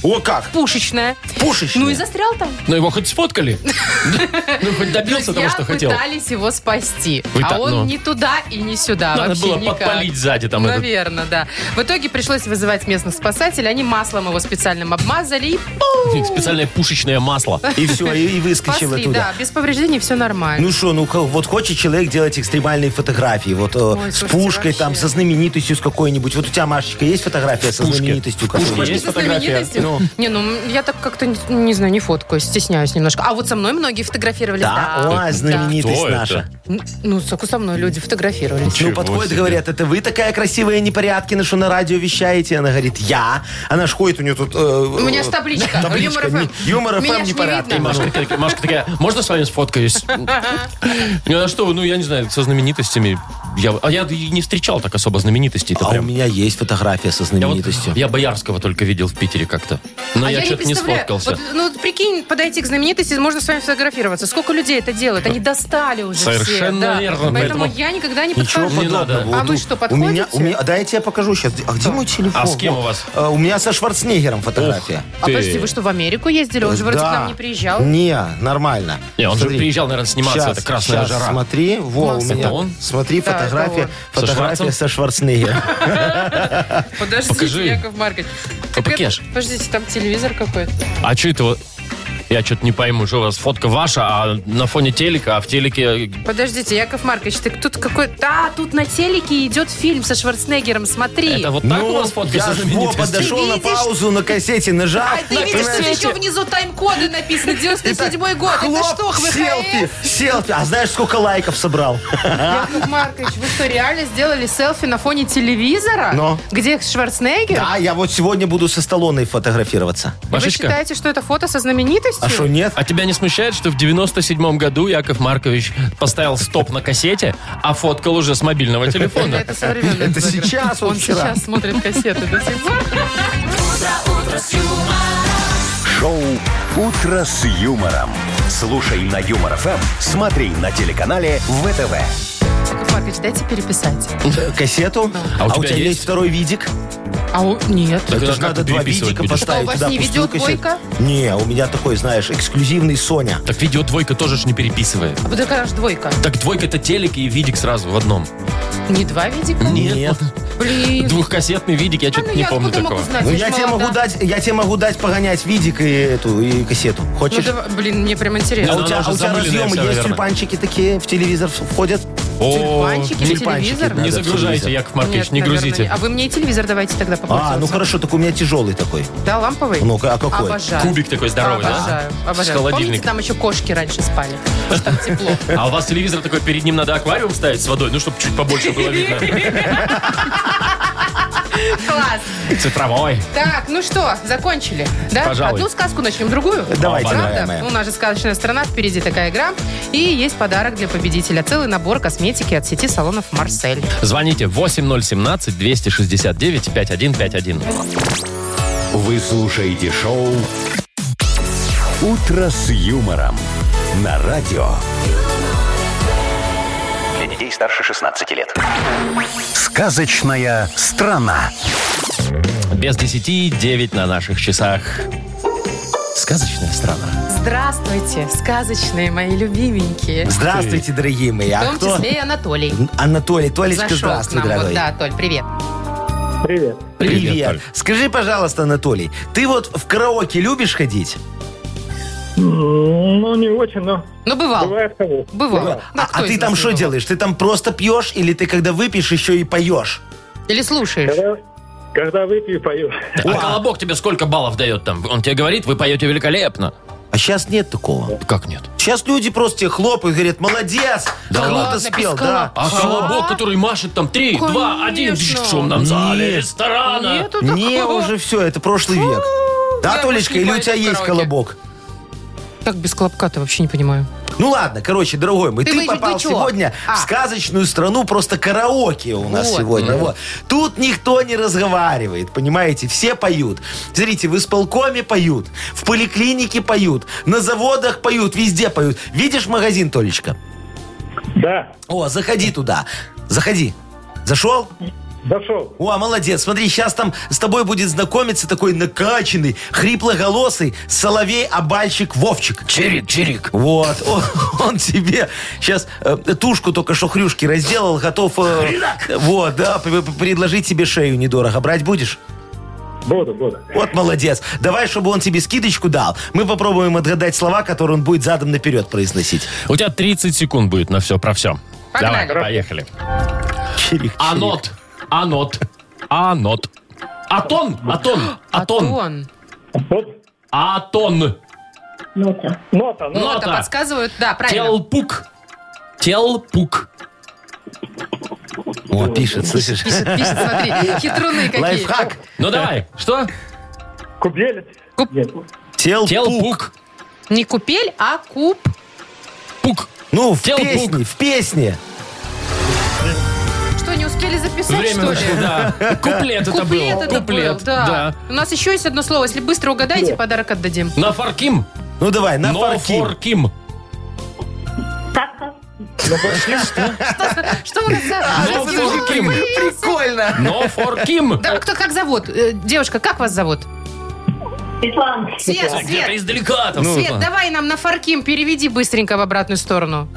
[SPEAKER 4] О, как?
[SPEAKER 3] пушечное.
[SPEAKER 4] Пушечный.
[SPEAKER 3] Ну и застрял там.
[SPEAKER 2] Ну его хоть сфоткали. Ну хоть добился того,
[SPEAKER 3] Друзья
[SPEAKER 2] что хотел.
[SPEAKER 3] пытались его спасти,
[SPEAKER 2] Вы
[SPEAKER 3] а
[SPEAKER 2] та-
[SPEAKER 3] он
[SPEAKER 2] ну.
[SPEAKER 3] не туда и не сюда
[SPEAKER 2] Надо
[SPEAKER 3] вообще
[SPEAKER 2] было
[SPEAKER 3] никак. Ну,
[SPEAKER 2] подпалить сзади там этот.
[SPEAKER 3] Наверное, да. В итоге пришлось вызывать местных спасателей. Они маслом его специальным обмазали и пу!
[SPEAKER 2] Специальное пушечное масло.
[SPEAKER 4] И все, и, и выскочил
[SPEAKER 3] спасли.
[SPEAKER 4] оттуда.
[SPEAKER 3] Да, без повреждений все нормально.
[SPEAKER 4] Ну что, ну ко- вот хочет человек делать экстремальные фотографии, вот э,
[SPEAKER 3] Ой,
[SPEAKER 4] с
[SPEAKER 3] слушайте,
[SPEAKER 4] пушкой там,
[SPEAKER 3] вообще.
[SPEAKER 4] со знаменитостью с какой-нибудь. Вот у тебя, Машечка, есть фотография со
[SPEAKER 2] Пушки.
[SPEAKER 4] знаменитостью?
[SPEAKER 2] Пушки
[SPEAKER 4] какой-нибудь?
[SPEAKER 2] есть
[SPEAKER 3] Со
[SPEAKER 2] фотография?
[SPEAKER 3] знаменитостью? Не, ну м, я так как-то не, не знаю, не фоткаюсь, стесняюсь немножко. А вот со мной многие фотографировались.
[SPEAKER 4] Да, ой, знаменитость
[SPEAKER 2] Кто это?
[SPEAKER 4] наша.
[SPEAKER 3] Н- Ну, со со мной люди фотографировались.
[SPEAKER 2] Чего
[SPEAKER 4] Ну, подходит,
[SPEAKER 2] себе.
[SPEAKER 4] говорят, это вы такая красивая непорядкина, что на радио вещаете? Она говорит, я. Она ж ходит, у нее тут... э,
[SPEAKER 3] У меня ж табличка. Юмор FM.
[SPEAKER 4] Юмор эм
[SPEAKER 3] Меня ж
[SPEAKER 4] ФМ
[SPEAKER 3] не
[SPEAKER 4] непорядки.
[SPEAKER 3] видно.
[SPEAKER 2] Машка такая, Машка такая, можно с вами сфоткаюсь? Не, а что вы, ну я не знаю, со знаменитостями. Я, а я и не встречал так особо знаменитостей-то
[SPEAKER 4] А у
[SPEAKER 2] прям.
[SPEAKER 4] меня есть фотография со
[SPEAKER 2] Я, вот-
[SPEAKER 4] знаменитостью.
[SPEAKER 2] я Боярского только видел в Питере как-то. Но
[SPEAKER 3] а
[SPEAKER 2] я,
[SPEAKER 3] я не
[SPEAKER 2] что-то не
[SPEAKER 3] представляю.
[SPEAKER 2] сфоткался.
[SPEAKER 3] Вот, ну, вот прикинь, подойти к знаменитости, можно с вами фотографироваться. Сколько людей это делает? Они достали уже
[SPEAKER 2] Совершенно
[SPEAKER 3] все. да.
[SPEAKER 2] верно,
[SPEAKER 3] Поэтому,
[SPEAKER 2] поэтому-
[SPEAKER 3] я никогда не
[SPEAKER 4] Ничего
[SPEAKER 3] подхожу.
[SPEAKER 2] Не надо.
[SPEAKER 4] подобного.
[SPEAKER 3] А
[SPEAKER 4] Вот
[SPEAKER 3] вы
[SPEAKER 4] у-
[SPEAKER 3] что,
[SPEAKER 4] у меня,
[SPEAKER 3] подходите?
[SPEAKER 4] у меня- да, я тебе покажу сейчас. А где мой телефон?
[SPEAKER 2] А с кем
[SPEAKER 4] Во.
[SPEAKER 2] у вас?
[SPEAKER 4] Э, У меня со Шварценеггером фотография.
[SPEAKER 3] А подожди, вы что, в Америку ездили? Он же вроде к
[SPEAKER 4] Да.
[SPEAKER 3] нам не приезжал.
[SPEAKER 4] Не, нормально.
[SPEAKER 2] Не, он же приезжал, наверное, сниматься,
[SPEAKER 4] Щас,
[SPEAKER 2] это «Красная
[SPEAKER 4] щас,
[SPEAKER 2] жара».
[SPEAKER 4] Смотри, во, у
[SPEAKER 3] Класс.
[SPEAKER 4] меня.
[SPEAKER 2] Это он?
[SPEAKER 4] Смотри,
[SPEAKER 3] Да, это
[SPEAKER 4] фотография,
[SPEAKER 2] он. Со Шварцем?
[SPEAKER 4] фотография со Шварценеггером.
[SPEAKER 3] Подождите,
[SPEAKER 2] Покажи.
[SPEAKER 3] Яков Маркович. Так это-
[SPEAKER 2] Покеш.
[SPEAKER 3] Подождите, там телевизор какой-то.
[SPEAKER 2] А что это вот? Я что-то не пойму, что у вас фотка ваша, а на фоне телека, а в телеке...
[SPEAKER 3] Подождите, Яков Маркович, так тут какой... Да, тут на телеке идет фильм со Шварценеггером, смотри.
[SPEAKER 2] Это вот так
[SPEAKER 4] Ну,
[SPEAKER 2] у вас фотки
[SPEAKER 4] я
[SPEAKER 2] со
[SPEAKER 4] ж во,
[SPEAKER 2] знаменитостями?
[SPEAKER 4] подошел на
[SPEAKER 3] видишь?
[SPEAKER 4] паузу, на кассете нажал.
[SPEAKER 3] А ты видишь, что
[SPEAKER 4] понимаешь?
[SPEAKER 3] еще внизу тайм-коды написано, 97-й год. Это
[SPEAKER 4] Хлоп,
[SPEAKER 3] что, Э?
[SPEAKER 4] селфи, А?
[SPEAKER 3] ХВХС?
[SPEAKER 4] селфи. А знаешь, сколько лайков собрал?
[SPEAKER 3] Яков Маркович, вы что, реально сделали селфи на фоне телевизора?
[SPEAKER 4] Но.
[SPEAKER 3] Где Шварценеггер?
[SPEAKER 4] Да, я вот сегодня буду со Сталлоной фотографироваться.
[SPEAKER 3] Вы
[SPEAKER 2] Машечка,
[SPEAKER 3] считаете, что это фото со знаменитостью?
[SPEAKER 4] А что, нет?
[SPEAKER 2] а тебя не смущает, что в 97-м году Яков Маркович поставил стоп на кассете, а фоткал уже с мобильного телефона?
[SPEAKER 3] Это современная
[SPEAKER 4] Это
[SPEAKER 3] фотография.
[SPEAKER 4] сейчас, вот
[SPEAKER 3] Он
[SPEAKER 4] вчера.
[SPEAKER 3] сейчас смотрит кассеты до сих пор.
[SPEAKER 1] Шоу «Утро с юмором». Слушай на Юмор ФМ, смотри на телеканале ВТВ.
[SPEAKER 3] Яков Маркович, дайте переписать.
[SPEAKER 4] Кассету?
[SPEAKER 2] А
[SPEAKER 4] А
[SPEAKER 2] у
[SPEAKER 4] у
[SPEAKER 2] тебя
[SPEAKER 4] тебя
[SPEAKER 2] есть?
[SPEAKER 4] есть второй видик?
[SPEAKER 3] А у- нет.
[SPEAKER 2] Так
[SPEAKER 4] Это
[SPEAKER 2] это
[SPEAKER 4] ж
[SPEAKER 2] как
[SPEAKER 4] надо
[SPEAKER 2] ты
[SPEAKER 4] два
[SPEAKER 2] переписывать
[SPEAKER 4] видика
[SPEAKER 2] будешь?
[SPEAKER 4] поставить.
[SPEAKER 3] Что, у вас
[SPEAKER 4] туда
[SPEAKER 3] не
[SPEAKER 4] пустую
[SPEAKER 3] ведет
[SPEAKER 4] кассету.
[SPEAKER 3] двойка?
[SPEAKER 4] Не, у меня такой, знаешь, эксклюзивный Соня.
[SPEAKER 2] Так видео двойка тоже ж не переписывает.
[SPEAKER 3] Вот такая аж двойка.
[SPEAKER 2] Так двойка это телек и видик сразу в одном.
[SPEAKER 3] Не два видика?
[SPEAKER 4] Нет.
[SPEAKER 3] Блин.
[SPEAKER 2] Двухкассетный видик, я
[SPEAKER 3] А
[SPEAKER 2] что-то не
[SPEAKER 3] я
[SPEAKER 2] помню
[SPEAKER 3] откуда
[SPEAKER 2] такого.
[SPEAKER 3] могу знать?
[SPEAKER 4] Ну
[SPEAKER 3] Я ж
[SPEAKER 4] я тебе
[SPEAKER 3] молода.
[SPEAKER 4] могу дать, я тебе могу дать погонять видик и эту и кассету.
[SPEAKER 3] Ну,
[SPEAKER 4] Хочешь?
[SPEAKER 3] давай- блин, мне прям
[SPEAKER 2] Не,
[SPEAKER 4] А
[SPEAKER 2] ну,
[SPEAKER 3] интересно.
[SPEAKER 4] у
[SPEAKER 2] она
[SPEAKER 4] тебя,
[SPEAKER 2] уже
[SPEAKER 4] а у тебя
[SPEAKER 2] замыленная
[SPEAKER 4] разъемы
[SPEAKER 2] вся,
[SPEAKER 4] есть
[SPEAKER 2] наверное.
[SPEAKER 4] тюльпанчики такие в телевизор входят?
[SPEAKER 2] О,
[SPEAKER 3] Тюльпанчики,
[SPEAKER 2] не-
[SPEAKER 4] тюльпанчики,
[SPEAKER 3] телевизор?
[SPEAKER 4] да.
[SPEAKER 2] Не
[SPEAKER 4] Надо в
[SPEAKER 2] загружайте,
[SPEAKER 4] телевизор.
[SPEAKER 2] Яков Маркович,
[SPEAKER 3] Нет,
[SPEAKER 2] не
[SPEAKER 3] наверное,
[SPEAKER 2] грузите.
[SPEAKER 3] не. А вы мне и телевизор давайте тогда попользуйтесь.
[SPEAKER 4] А, ну хорошо, так у меня тяжелый такой.
[SPEAKER 3] Да, ламповый?
[SPEAKER 4] Ну-ка, а какой?
[SPEAKER 3] Обожаю.
[SPEAKER 2] Кубик такой здоровый, да?
[SPEAKER 3] Обожаю, обожаю.
[SPEAKER 2] С холодильника.
[SPEAKER 3] Помните, там еще кошки раньше спали? Потому что там тепло.
[SPEAKER 2] А у вас телевизор такой, перед ним надо аквариум ставить с водой, ну, чтобы чуть побольше было видно.
[SPEAKER 3] Класс.
[SPEAKER 2] Цифровой.
[SPEAKER 3] Так, ну что, закончили? Да?
[SPEAKER 2] Пожалуй.
[SPEAKER 3] Одну сказку начнем, другую?
[SPEAKER 4] Давайте,
[SPEAKER 3] Правда?
[SPEAKER 4] дорогая моя.
[SPEAKER 3] У нас же сказочная страна, впереди такая игра. И есть подарок для победителя. Целый набор косметики от сети салонов «Марсель».
[SPEAKER 2] Звоните 8017-269-5151.
[SPEAKER 1] Вы слушаете шоу «Утро с юмором» на радио.
[SPEAKER 5] Для детей старше 16 лет.
[SPEAKER 1] Сказочная страна.
[SPEAKER 2] Без 10 9 на наших часах. Сказочная страна.
[SPEAKER 3] Здравствуйте, сказочные мои любименькие.
[SPEAKER 4] Здравствуйте, дорогие мои.
[SPEAKER 3] В
[SPEAKER 4] А
[SPEAKER 3] том
[SPEAKER 4] кто?
[SPEAKER 3] числе и Анатолий.
[SPEAKER 4] Анатолий, Толечка,
[SPEAKER 3] Зашел к
[SPEAKER 4] здравствуй,
[SPEAKER 3] нам. Вот,
[SPEAKER 4] дорогой.
[SPEAKER 3] да, Толь, привет.
[SPEAKER 7] Привет.
[SPEAKER 2] Привет,
[SPEAKER 4] Привет.
[SPEAKER 2] Толь.
[SPEAKER 4] Скажи, пожалуйста, Анатолий, ты вот в караоке любишь ходить?
[SPEAKER 7] Ну, не очень, но
[SPEAKER 3] Ну, бывал.
[SPEAKER 7] бывает кого.
[SPEAKER 3] Бывал. Да
[SPEAKER 4] А,
[SPEAKER 3] кто
[SPEAKER 4] а
[SPEAKER 3] из
[SPEAKER 4] ты там
[SPEAKER 3] нас
[SPEAKER 4] что
[SPEAKER 3] не бывал?
[SPEAKER 4] делаешь? Ты там просто пьешь или ты когда выпьешь, еще и поешь?
[SPEAKER 3] Или слушаешь?
[SPEAKER 7] Когда, когда выпью, пою.
[SPEAKER 2] А
[SPEAKER 4] О.
[SPEAKER 2] колобок тебе сколько баллов дает там? Он тебе говорит, вы поете великолепно.
[SPEAKER 4] А сейчас нет такого.
[SPEAKER 2] Как нет?
[SPEAKER 4] Сейчас люди просто тебе хлопают, говорят, молодец,
[SPEAKER 2] Да
[SPEAKER 4] круто
[SPEAKER 3] ладно,
[SPEAKER 4] спел,
[SPEAKER 3] без
[SPEAKER 4] да.
[SPEAKER 2] А колобок, который машет там 3, 2, 1 в
[SPEAKER 3] Конечно.
[SPEAKER 2] шумном зале
[SPEAKER 4] Нет.
[SPEAKER 2] ресторана.
[SPEAKER 3] Нету
[SPEAKER 4] Не,
[SPEAKER 3] такого.
[SPEAKER 4] уже все, это прошлый век. Да,
[SPEAKER 3] я
[SPEAKER 4] Толечка,
[SPEAKER 3] больше не
[SPEAKER 4] или у тебя
[SPEAKER 3] пойду в
[SPEAKER 4] есть
[SPEAKER 3] караоке.
[SPEAKER 4] колобок?
[SPEAKER 3] Как без колобка-то вообще не понимаю.
[SPEAKER 4] Ну ладно, короче, дорогой мой,
[SPEAKER 3] Ты
[SPEAKER 4] ты,
[SPEAKER 3] вы- вы
[SPEAKER 4] попал
[SPEAKER 3] чё?
[SPEAKER 4] сегодня
[SPEAKER 3] А.
[SPEAKER 4] в сказочную страну, просто караоке у нас
[SPEAKER 3] Вот.
[SPEAKER 4] сегодня. Вот. Тут никто не разговаривает, понимаете? Все поют. Смотрите, в исполкоме поют, в поликлинике поют, на заводах поют, везде поют. Видишь магазин, Толечка?
[SPEAKER 7] Да,
[SPEAKER 4] О, заходи туда. Заходи. Зашел?
[SPEAKER 7] зашел.
[SPEAKER 4] О, молодец. Смотри, сейчас там с тобой будет знакомиться такой накачанный, хриплоголосый соловей-обальщик Вовчик.
[SPEAKER 2] Чирик, чирик.
[SPEAKER 4] Вот, он, он тебе сейчас тушку только что хрюшки разделал, готов... э, вот, да, п- п- предложить тебе шею недорого. Брать будешь?
[SPEAKER 7] Буду, буду.
[SPEAKER 4] Вот молодец. Давай, чтобы он тебе скидочку дал. Мы попробуем отгадать слова, которые он будет задом наперед произносить.
[SPEAKER 2] У тебя 30 секунд будет на все про все.
[SPEAKER 3] Погнали.
[SPEAKER 2] Давай, поехали.
[SPEAKER 4] Чирик, чирик.
[SPEAKER 2] Анот, анот, анот. Атон, атон,
[SPEAKER 4] А
[SPEAKER 2] атон,
[SPEAKER 3] Атон.
[SPEAKER 4] Ну,
[SPEAKER 7] Вот.
[SPEAKER 2] атон.
[SPEAKER 7] Нота, ну,
[SPEAKER 4] а
[SPEAKER 2] Нота.
[SPEAKER 3] Нота подсказывают, да, правильно.
[SPEAKER 2] Телпук, телпук.
[SPEAKER 4] О, пишет, слышишь?
[SPEAKER 3] Пишет, пишет, смотри, хитруны какие.
[SPEAKER 4] Лайфхак.
[SPEAKER 2] Ну давай, что?
[SPEAKER 7] кубелец.
[SPEAKER 3] Куб-
[SPEAKER 7] Нет,
[SPEAKER 4] Телпук.
[SPEAKER 2] Телпук,
[SPEAKER 3] Не купель, а куб.
[SPEAKER 2] пук.
[SPEAKER 4] Ну, в
[SPEAKER 2] Телпук.
[SPEAKER 4] песне, в песне.
[SPEAKER 3] Что, не успели записать,
[SPEAKER 2] Время
[SPEAKER 3] что ли?
[SPEAKER 2] вышло, да. Куплет это
[SPEAKER 3] Куплет
[SPEAKER 2] был.
[SPEAKER 3] это
[SPEAKER 2] Куплет,
[SPEAKER 3] был, да.
[SPEAKER 2] да.
[SPEAKER 3] У нас еще есть одно слово. Если быстро угадаете, подарок отдадим.
[SPEAKER 2] На фарким,
[SPEAKER 4] Ну, давай, на
[SPEAKER 2] но
[SPEAKER 4] фарким.
[SPEAKER 2] форким.
[SPEAKER 3] Что у нас
[SPEAKER 4] Ну,
[SPEAKER 3] за...
[SPEAKER 2] Но форким,
[SPEAKER 4] Прикольно.
[SPEAKER 2] но форким.
[SPEAKER 3] Да, кто как зовут? Э, Девушка, как вас зовут? Свет,
[SPEAKER 2] Где-то
[SPEAKER 3] Свет,
[SPEAKER 2] издалека там.
[SPEAKER 3] Свет, давай нам на Фарким переведи быстренько в обратную сторону.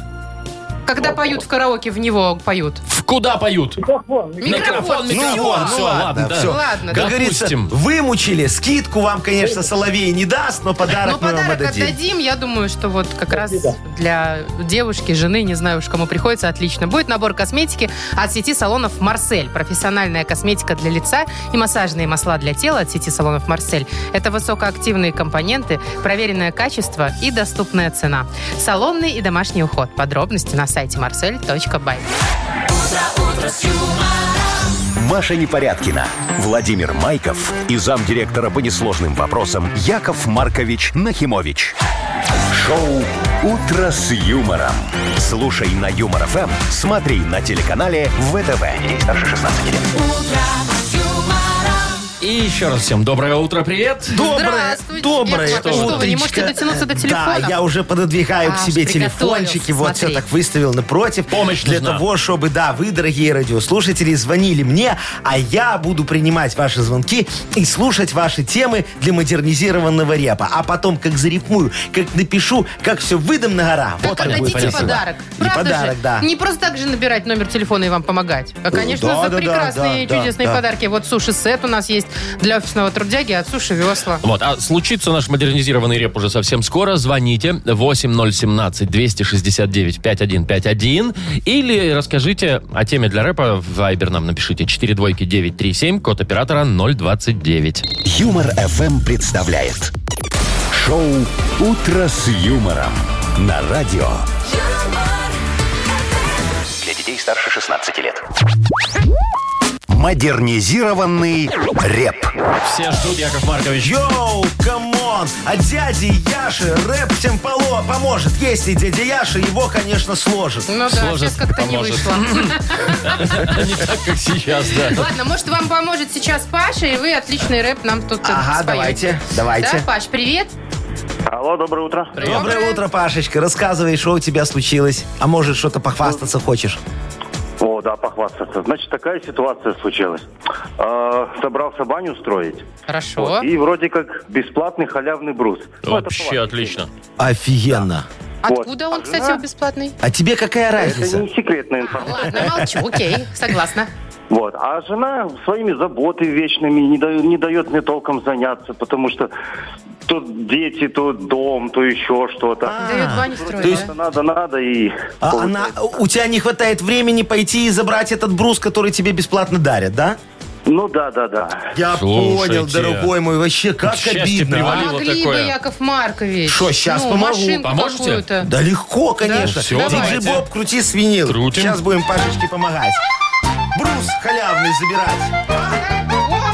[SPEAKER 3] Когда поют в караоке, в него поют.
[SPEAKER 2] В куда поют?
[SPEAKER 7] микрофон. микрофон.
[SPEAKER 2] Микрофон,
[SPEAKER 3] Микрофон,
[SPEAKER 2] микрофон.
[SPEAKER 3] всё.
[SPEAKER 2] Все,
[SPEAKER 4] Ну
[SPEAKER 2] ладно,
[SPEAKER 4] ладно,
[SPEAKER 2] да.
[SPEAKER 4] всё.
[SPEAKER 3] Ладно,
[SPEAKER 4] Как
[SPEAKER 3] да.
[SPEAKER 4] говорится,
[SPEAKER 2] Допустим.
[SPEAKER 4] вымучили. Скидку вам, конечно, Соловей не даст, но
[SPEAKER 3] Но
[SPEAKER 4] подарок мы вам
[SPEAKER 3] Ну, подарок
[SPEAKER 4] отдадим.
[SPEAKER 3] отдадим, я думаю, что вот как раз для девушки, жены, не знаю уж кому приходится, отлично. Будет набор косметики от сети салонов «Марсель». Профессиональная косметика для лица и массажные масла для тела от сети салонов «Марсель». Это высокоактивные компоненты, проверенное качество и доступная цена. Салонный и домашний уход. Подробности на сайте marsel.by.
[SPEAKER 1] Маша Непорядкина, Владимир Майков и замдиректора по несложным вопросам Яков Маркович Нахимович. Шоу «Утро с юмором». Слушай на Юмор ФМ, смотри на телеканале ВТВ. Ей старше 16 лет.
[SPEAKER 2] И еще раз всем доброе утро, привет.
[SPEAKER 4] Доброе,
[SPEAKER 3] Здравствуйте,
[SPEAKER 4] доброе
[SPEAKER 3] Яков Маркович, что вы не можете
[SPEAKER 4] утречко.
[SPEAKER 3] дотянуться до телефона?
[SPEAKER 4] Да, я уже пододвигаю к
[SPEAKER 3] Аж
[SPEAKER 4] себе
[SPEAKER 3] приготовился,
[SPEAKER 4] телефончики. Вот все
[SPEAKER 3] смотри.
[SPEAKER 4] так выставил напротив.
[SPEAKER 2] Помощь
[SPEAKER 4] Для
[SPEAKER 2] нужна.
[SPEAKER 4] того, чтобы, да, вы, дорогие радиослушатели, звонили мне, а я буду принимать ваши звонки и слушать ваши темы для модернизированного репа. А потом, как зарифмую, как напишу, как все выдам на гора.
[SPEAKER 3] Так
[SPEAKER 4] как будет
[SPEAKER 3] отдадите
[SPEAKER 4] красиво.
[SPEAKER 3] подарок.
[SPEAKER 4] И
[SPEAKER 3] Правда
[SPEAKER 4] подарок,
[SPEAKER 3] же?
[SPEAKER 4] да.
[SPEAKER 3] Не просто так же набирать номер телефона и вам помогать. А, конечно,
[SPEAKER 4] да,
[SPEAKER 3] за
[SPEAKER 4] да, да,
[SPEAKER 3] прекрасные и
[SPEAKER 4] да, да,
[SPEAKER 3] чудесные
[SPEAKER 4] да.
[SPEAKER 3] подарки. Вот суши-сет у нас есть для офисного трудяги от суши весла.
[SPEAKER 2] Вот, а случится наш модернизированный реп уже совсем скоро. Звоните 8017-269-5151 или расскажите о теме для рэпа в Viber нам напишите 4 двойки 937, код оператора 029.
[SPEAKER 1] Юмор FM представляет шоу Утро с юмором на радио.
[SPEAKER 5] Для детей старше 16 лет.
[SPEAKER 1] Модернизированный реп.
[SPEAKER 2] Все ждут, Яков Маркович.
[SPEAKER 4] Йоу, камон! От дяди Яши рэп всем поло поможет. Если дядя Яша его, конечно, сложит.
[SPEAKER 3] Ну да,
[SPEAKER 2] Сложит,
[SPEAKER 3] сейчас как-то не
[SPEAKER 2] поможет.
[SPEAKER 3] вышло.
[SPEAKER 2] Не так, как сейчас, да.
[SPEAKER 3] Ладно, может, вам поможет сейчас Паша, и вы отличный рэп нам тут э,
[SPEAKER 4] Ага,
[SPEAKER 3] споете.
[SPEAKER 4] давайте, давайте.
[SPEAKER 3] Да, Паш, привет.
[SPEAKER 7] Алло, доброе утро.
[SPEAKER 4] Доброе утро, Пашечка. Рассказывай, что у тебя случилось. А может, что-то похвастаться хочешь.
[SPEAKER 7] О, да, похвастаться. Значит, такая ситуация случилась. Э, собрался баню устроить.
[SPEAKER 3] Хорошо.
[SPEAKER 7] И вроде как бесплатный халявный брус. Ну, это
[SPEAKER 2] Вообще
[SPEAKER 7] платный.
[SPEAKER 2] отлично.
[SPEAKER 4] Офигенно.
[SPEAKER 3] Откуда
[SPEAKER 7] вот.
[SPEAKER 3] он,
[SPEAKER 7] А
[SPEAKER 3] кстати,
[SPEAKER 7] жена?
[SPEAKER 3] бесплатный?
[SPEAKER 4] А тебе какая
[SPEAKER 7] Это
[SPEAKER 4] разница?
[SPEAKER 7] не секретная информация.
[SPEAKER 3] Ладно, молчу, окей, согласна.
[SPEAKER 7] Вот. А жена своими заботами вечными не, даю- не дает мне толком заняться, потому что то дети, то дом, то еще что-то.
[SPEAKER 3] Дают баню строить,
[SPEAKER 7] То
[SPEAKER 3] да?
[SPEAKER 7] есть надо, надо и...
[SPEAKER 4] А она,
[SPEAKER 7] получается.
[SPEAKER 4] у тебя не хватает времени пойти и забрать этот брус, который тебе бесплатно дарят, да?
[SPEAKER 7] Ну да, да, да.
[SPEAKER 4] Я
[SPEAKER 2] Слушайте.
[SPEAKER 4] понял, дорогой мой, вообще как
[SPEAKER 2] Счастье
[SPEAKER 4] обидно. а.
[SPEAKER 2] привалило
[SPEAKER 3] Могли бы,
[SPEAKER 2] такое.
[SPEAKER 3] Яков Маркович.
[SPEAKER 4] Шо, щас
[SPEAKER 3] ну,
[SPEAKER 4] помогу.
[SPEAKER 3] машинку
[SPEAKER 2] Поможете?
[SPEAKER 3] какую-то.
[SPEAKER 4] Да легко, конечно.
[SPEAKER 2] всё,
[SPEAKER 4] Диджей
[SPEAKER 2] давайте.
[SPEAKER 4] Боб, крути свинил.
[SPEAKER 2] Крутим.
[SPEAKER 4] Сейчас будем Пашечке помогать. Брус халявный забирать.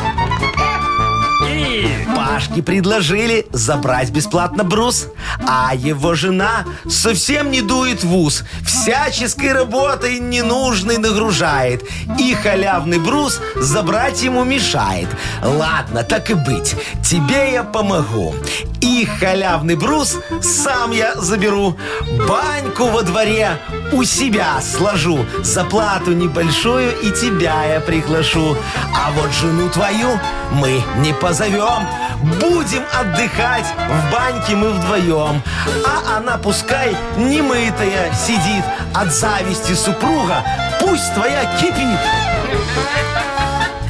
[SPEAKER 4] Пашке предложили забрать бесплатно брус, а его жена совсем не дует в ус, всяческой работой ненужной нагружает, и халявный брус забрать ему мешает. Ладно, так и быть, тебе я помогу. И халявный брус сам я заберу, баньку во дворе у себя сложу, заплату небольшую и тебя я приглашу. А вот жену твою мы не позовем, будем отдыхать в баньке мы вдвоем. А она пускай немытая сидит от зависти супруга, пусть твоя кипит.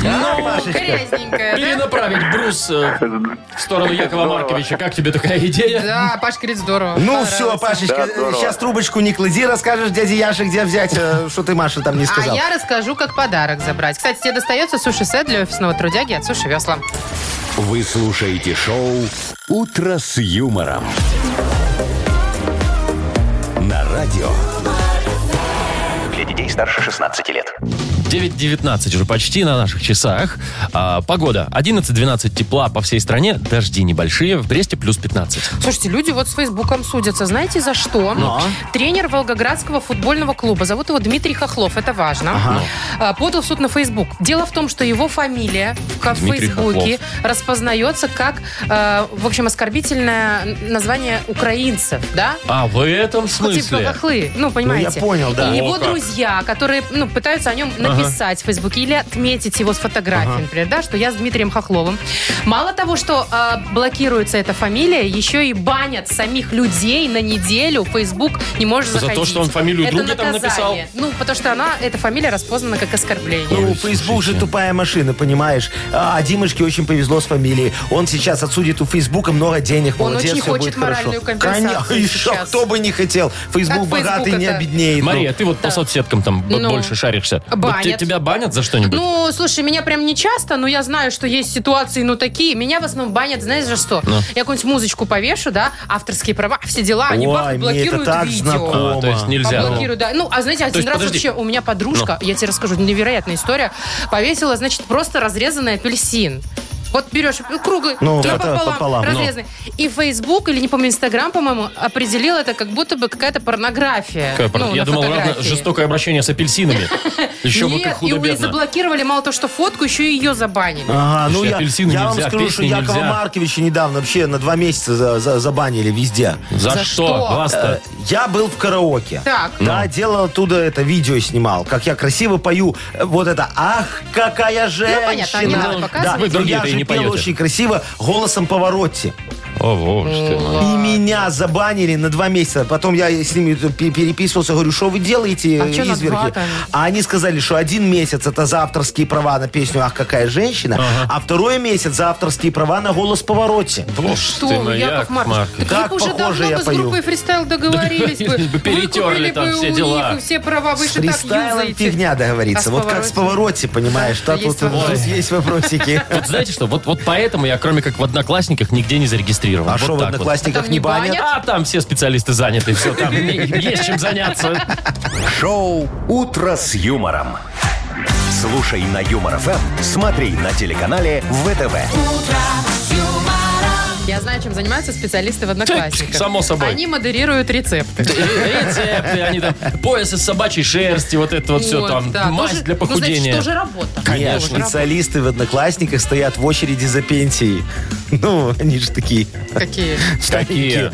[SPEAKER 4] Ну, Машечка,
[SPEAKER 3] Грязненькая, да?
[SPEAKER 2] Перенаправить брус э, в сторону Якова Марковича. Как тебе такая идея?
[SPEAKER 3] Да, Пашка говорит, здорово.
[SPEAKER 4] ну
[SPEAKER 3] Понравилось.
[SPEAKER 4] все, Пашечка,
[SPEAKER 7] Да, здорово.
[SPEAKER 4] сейчас трубочку не клади, расскажешь дяде Яше, где взять, э, что ты Маша там не
[SPEAKER 3] А
[SPEAKER 4] сказал.
[SPEAKER 3] я расскажу, как подарок забрать. Кстати, тебе достается суши-сет для офисного трудяги от Суши Весла.
[SPEAKER 1] Вы слушаете шоу «Утро с юмором». На радио.
[SPEAKER 5] Для детей старше 16 лет.
[SPEAKER 2] 9.19 уже почти на наших часах. А, погода. 11-12 тепла по всей стране. Дожди небольшие. В Бресте плюс 15.
[SPEAKER 3] Слушайте, люди вот с Фейсбуком судятся. Знаете, за что?
[SPEAKER 4] Ну, а?
[SPEAKER 3] Тренер Волгоградского футбольного клуба. Зовут его Дмитрий Хохлов. Это важно. А, Подал в суд на Фейсбук. Дело в том, что его фамилия в ка- в
[SPEAKER 2] Дмитрий
[SPEAKER 3] Фейсбуке распознается как, э, в общем, оскорбительное название украинцев, да?
[SPEAKER 2] А, в этом
[SPEAKER 3] Ну,
[SPEAKER 2] смысле?
[SPEAKER 3] Типа хохлы, ну, понимаете?
[SPEAKER 4] я понял, да.
[SPEAKER 3] И его
[SPEAKER 2] О, как.
[SPEAKER 3] друзья, которые, ну, пытаются о нем написать в Фейсбуке или отметить его с фотографией, например, да, что я с Дмитрием Хохловым. Мало того, что а, блокируется эта фамилия, еще и банят самих людей на неделю. в Фейсбук не может
[SPEAKER 2] За то,
[SPEAKER 3] заходить.
[SPEAKER 2] что он фамилию
[SPEAKER 3] Это
[SPEAKER 2] друга там
[SPEAKER 3] наказание. Ну, потому что она, эта фамилия распознана как оскорбление.
[SPEAKER 4] Ну, Фейсбук же тупая машина, понимаешь? А а Димочке очень повезло с фамилией. Он сейчас отсудит у Фейсбука много денег.
[SPEAKER 3] Он
[SPEAKER 4] Молодец,
[SPEAKER 3] очень
[SPEAKER 4] всё
[SPEAKER 3] хочет
[SPEAKER 4] будет хорошо.
[SPEAKER 3] моральную компенсацию
[SPEAKER 4] Конечно, и что,
[SPEAKER 3] сейчас.
[SPEAKER 4] кто бы не хотел. Фейсбук
[SPEAKER 3] Как
[SPEAKER 4] богатый
[SPEAKER 3] Фейсбук
[SPEAKER 4] не
[SPEAKER 3] это?
[SPEAKER 4] обеднеет. ну.
[SPEAKER 2] Мария, ты вот по соцсеткам там б-
[SPEAKER 3] Ну.
[SPEAKER 2] больше шаришься. Вот
[SPEAKER 3] Банят.
[SPEAKER 2] те- тебя банят за что-нибудь?
[SPEAKER 3] Ну, слушай, меня прям не часто, но я знаю, что есть ситуации, ну, такие. Меня в основном банят, знаешь же что?
[SPEAKER 4] Ну.
[SPEAKER 3] Я какую-нибудь музычку повешу, да, авторские права, все дела, они
[SPEAKER 4] Ой,
[SPEAKER 3] бах,
[SPEAKER 4] мне
[SPEAKER 3] блокируют
[SPEAKER 4] это так
[SPEAKER 3] видео.
[SPEAKER 4] знакомо.
[SPEAKER 2] А, то есть нельзя. да?
[SPEAKER 3] Поблокирую, да. Ну, а знаете, один
[SPEAKER 2] есть,
[SPEAKER 3] раз
[SPEAKER 2] подожди.
[SPEAKER 3] вообще у меня
[SPEAKER 4] Ну.
[SPEAKER 3] подружка, я тебе расскажу, невероятная история, повесила, значит, просто разрезанный апельсин. Вот берешь ну, круглый,
[SPEAKER 4] Ну,
[SPEAKER 3] да,
[SPEAKER 4] это пополам, ну.
[SPEAKER 3] разрезанный. И Facebook, или не помню, Инстаграм, по-моему, определил это как будто бы какая-то порнография.
[SPEAKER 2] Какая пар-
[SPEAKER 3] ну,
[SPEAKER 2] Я
[SPEAKER 3] на
[SPEAKER 2] думал, ладно,
[SPEAKER 3] фотографии.
[SPEAKER 2] жестокое обращение с апельсинами. Еще бы
[SPEAKER 3] Нет,
[SPEAKER 2] как
[SPEAKER 3] и у- и
[SPEAKER 2] худо-бедно. А.
[SPEAKER 3] заблокировали мало то, что фотку, еще и ее забанили.
[SPEAKER 4] Ага, ну
[SPEAKER 2] Слушай,
[SPEAKER 4] я,
[SPEAKER 2] апельсины
[SPEAKER 4] я вам
[SPEAKER 2] нельзя,
[SPEAKER 4] скажу, что
[SPEAKER 2] песни
[SPEAKER 4] Якова
[SPEAKER 2] нельзя.
[SPEAKER 4] Марковича недавно вообще на два месяца за- за- забанили везде.
[SPEAKER 2] За
[SPEAKER 3] За
[SPEAKER 2] что?
[SPEAKER 3] что?
[SPEAKER 2] Вас-то?
[SPEAKER 4] Я был в караоке.
[SPEAKER 3] Так.
[SPEAKER 2] Ну,
[SPEAKER 4] Да, делал оттуда это видео снимал, как я красиво пою. э, Вот это «Ах, какая женщина!»
[SPEAKER 3] Ну, понятно, не надо показывать.
[SPEAKER 2] Вы
[SPEAKER 4] но
[SPEAKER 2] другие-то
[SPEAKER 4] я
[SPEAKER 2] и
[SPEAKER 4] же
[SPEAKER 2] не
[SPEAKER 4] пел
[SPEAKER 2] поете.
[SPEAKER 4] очень красиво голосом Поворотти.
[SPEAKER 3] Э,
[SPEAKER 2] О, Вов, что ты,
[SPEAKER 3] ну,
[SPEAKER 2] мой.
[SPEAKER 4] И меня забанили на два месяца. Потом я с ними пе- переписывался, говорю, что вы делаете,
[SPEAKER 3] А чё на
[SPEAKER 4] изверги?
[SPEAKER 3] два-то?
[SPEAKER 4] а они сказали, сказали, что один месяц это за авторские права на песню «Ах, какая женщина», а второй месяц за авторские права на «Голос в повороте».
[SPEAKER 3] Что вы, Яков Маркович? Так
[SPEAKER 4] Как
[SPEAKER 3] вы бы уже
[SPEAKER 4] похоже
[SPEAKER 3] давно
[SPEAKER 4] я
[SPEAKER 3] бы с
[SPEAKER 4] пою.
[SPEAKER 3] группой фристайл договорились бы.
[SPEAKER 2] Договорились бы, перетерли
[SPEAKER 3] Выкупили
[SPEAKER 2] там
[SPEAKER 3] бы
[SPEAKER 2] все
[SPEAKER 3] у
[SPEAKER 2] дела.
[SPEAKER 3] них все права, вы
[SPEAKER 4] С
[SPEAKER 3] же так
[SPEAKER 4] фристайлом
[SPEAKER 3] юзаете.
[SPEAKER 4] фигня договорится.
[SPEAKER 3] А с
[SPEAKER 4] вот как с повороте, понимаешь,
[SPEAKER 3] Да,
[SPEAKER 4] да, тут
[SPEAKER 3] есть вопросы.
[SPEAKER 4] вот есть вопросики.
[SPEAKER 2] Вот знаете что, вот, вот поэтому я, кроме как в Одноклассниках, нигде не зарегистрирован.
[SPEAKER 4] А
[SPEAKER 2] Вот
[SPEAKER 4] что
[SPEAKER 2] так
[SPEAKER 4] в
[SPEAKER 2] вот.
[SPEAKER 3] А
[SPEAKER 4] одноклассниках
[SPEAKER 3] там
[SPEAKER 4] не
[SPEAKER 3] не
[SPEAKER 4] банят?
[SPEAKER 3] банят?
[SPEAKER 2] А там все специалисты заняты, все, там не- есть чем заняться.
[SPEAKER 1] Шоу «Утро с юмором». Слушай на Юмор ФМ, смотри на телеканале ВТВ.
[SPEAKER 3] Я знаю, чем занимаются специалисты в Одноклассниках.
[SPEAKER 2] Само собой.
[SPEAKER 3] Они модерируют рецепты.
[SPEAKER 2] Рецепты, они там, пояс из собачьей шерсти, вот это вот все
[SPEAKER 3] Вот,
[SPEAKER 2] там,
[SPEAKER 3] да.
[SPEAKER 2] мазь
[SPEAKER 3] Тоже-
[SPEAKER 2] для
[SPEAKER 3] Ну, значит,
[SPEAKER 2] похудения.
[SPEAKER 3] тоже работа.
[SPEAKER 4] Нет,
[SPEAKER 2] Конечно.
[SPEAKER 4] специалисты в одноклассниках стоят в очереди за пенсией. Ну, они же такие.
[SPEAKER 3] Какие?
[SPEAKER 2] Какие?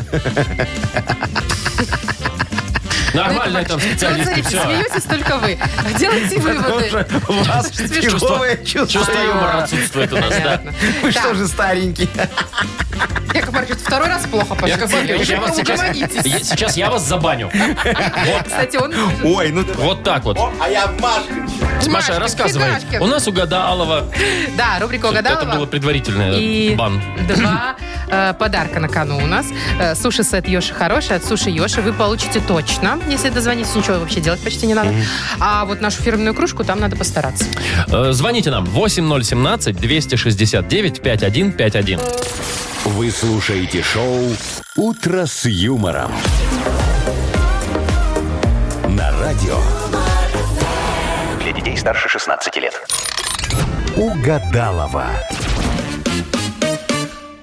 [SPEAKER 2] Нормально там
[SPEAKER 3] Ну, вот
[SPEAKER 2] специалисты,
[SPEAKER 3] смотрите,
[SPEAKER 2] все.
[SPEAKER 3] смеетесь только вы. А делайте выводы.
[SPEAKER 4] У вас фиговое чувство
[SPEAKER 2] Чувство юмора
[SPEAKER 4] юмора.
[SPEAKER 2] отсутствует у нас, да.
[SPEAKER 3] Понятно.
[SPEAKER 4] Вы
[SPEAKER 3] Так,
[SPEAKER 4] что же старенькие?
[SPEAKER 3] Яков Маркович, второй раз плохо
[SPEAKER 2] Яков
[SPEAKER 3] пошутили.
[SPEAKER 2] Маркович,
[SPEAKER 3] Уже
[SPEAKER 2] я вас сейчас-
[SPEAKER 3] угомонитесь.
[SPEAKER 2] я- сейчас я вас забаню.
[SPEAKER 3] Кстати, он...
[SPEAKER 4] Ой, ну...
[SPEAKER 2] Вот так вот.
[SPEAKER 4] А я Машка.
[SPEAKER 2] Маша,
[SPEAKER 3] Машка,
[SPEAKER 2] рассказывай.
[SPEAKER 3] фигашки.
[SPEAKER 2] У нас угадалова.
[SPEAKER 3] Да, рубрика
[SPEAKER 2] Это было
[SPEAKER 3] угадала.
[SPEAKER 2] предварительное
[SPEAKER 3] И
[SPEAKER 2] бан.
[SPEAKER 3] два э, подарка на кону у нас. Э, суши-сет Йоши хороший. От Суши Йоши вы получите точно, если дозвонитесь. Ничего вообще делать почти не надо. А вот нашу фирменную кружку там надо постараться.
[SPEAKER 2] Э, Звоните нам 8017-269-5151.
[SPEAKER 1] Вы слушаете шоу «Утро с юмором». На радио
[SPEAKER 5] Для детей старше 16 лет.
[SPEAKER 1] «Угадалова».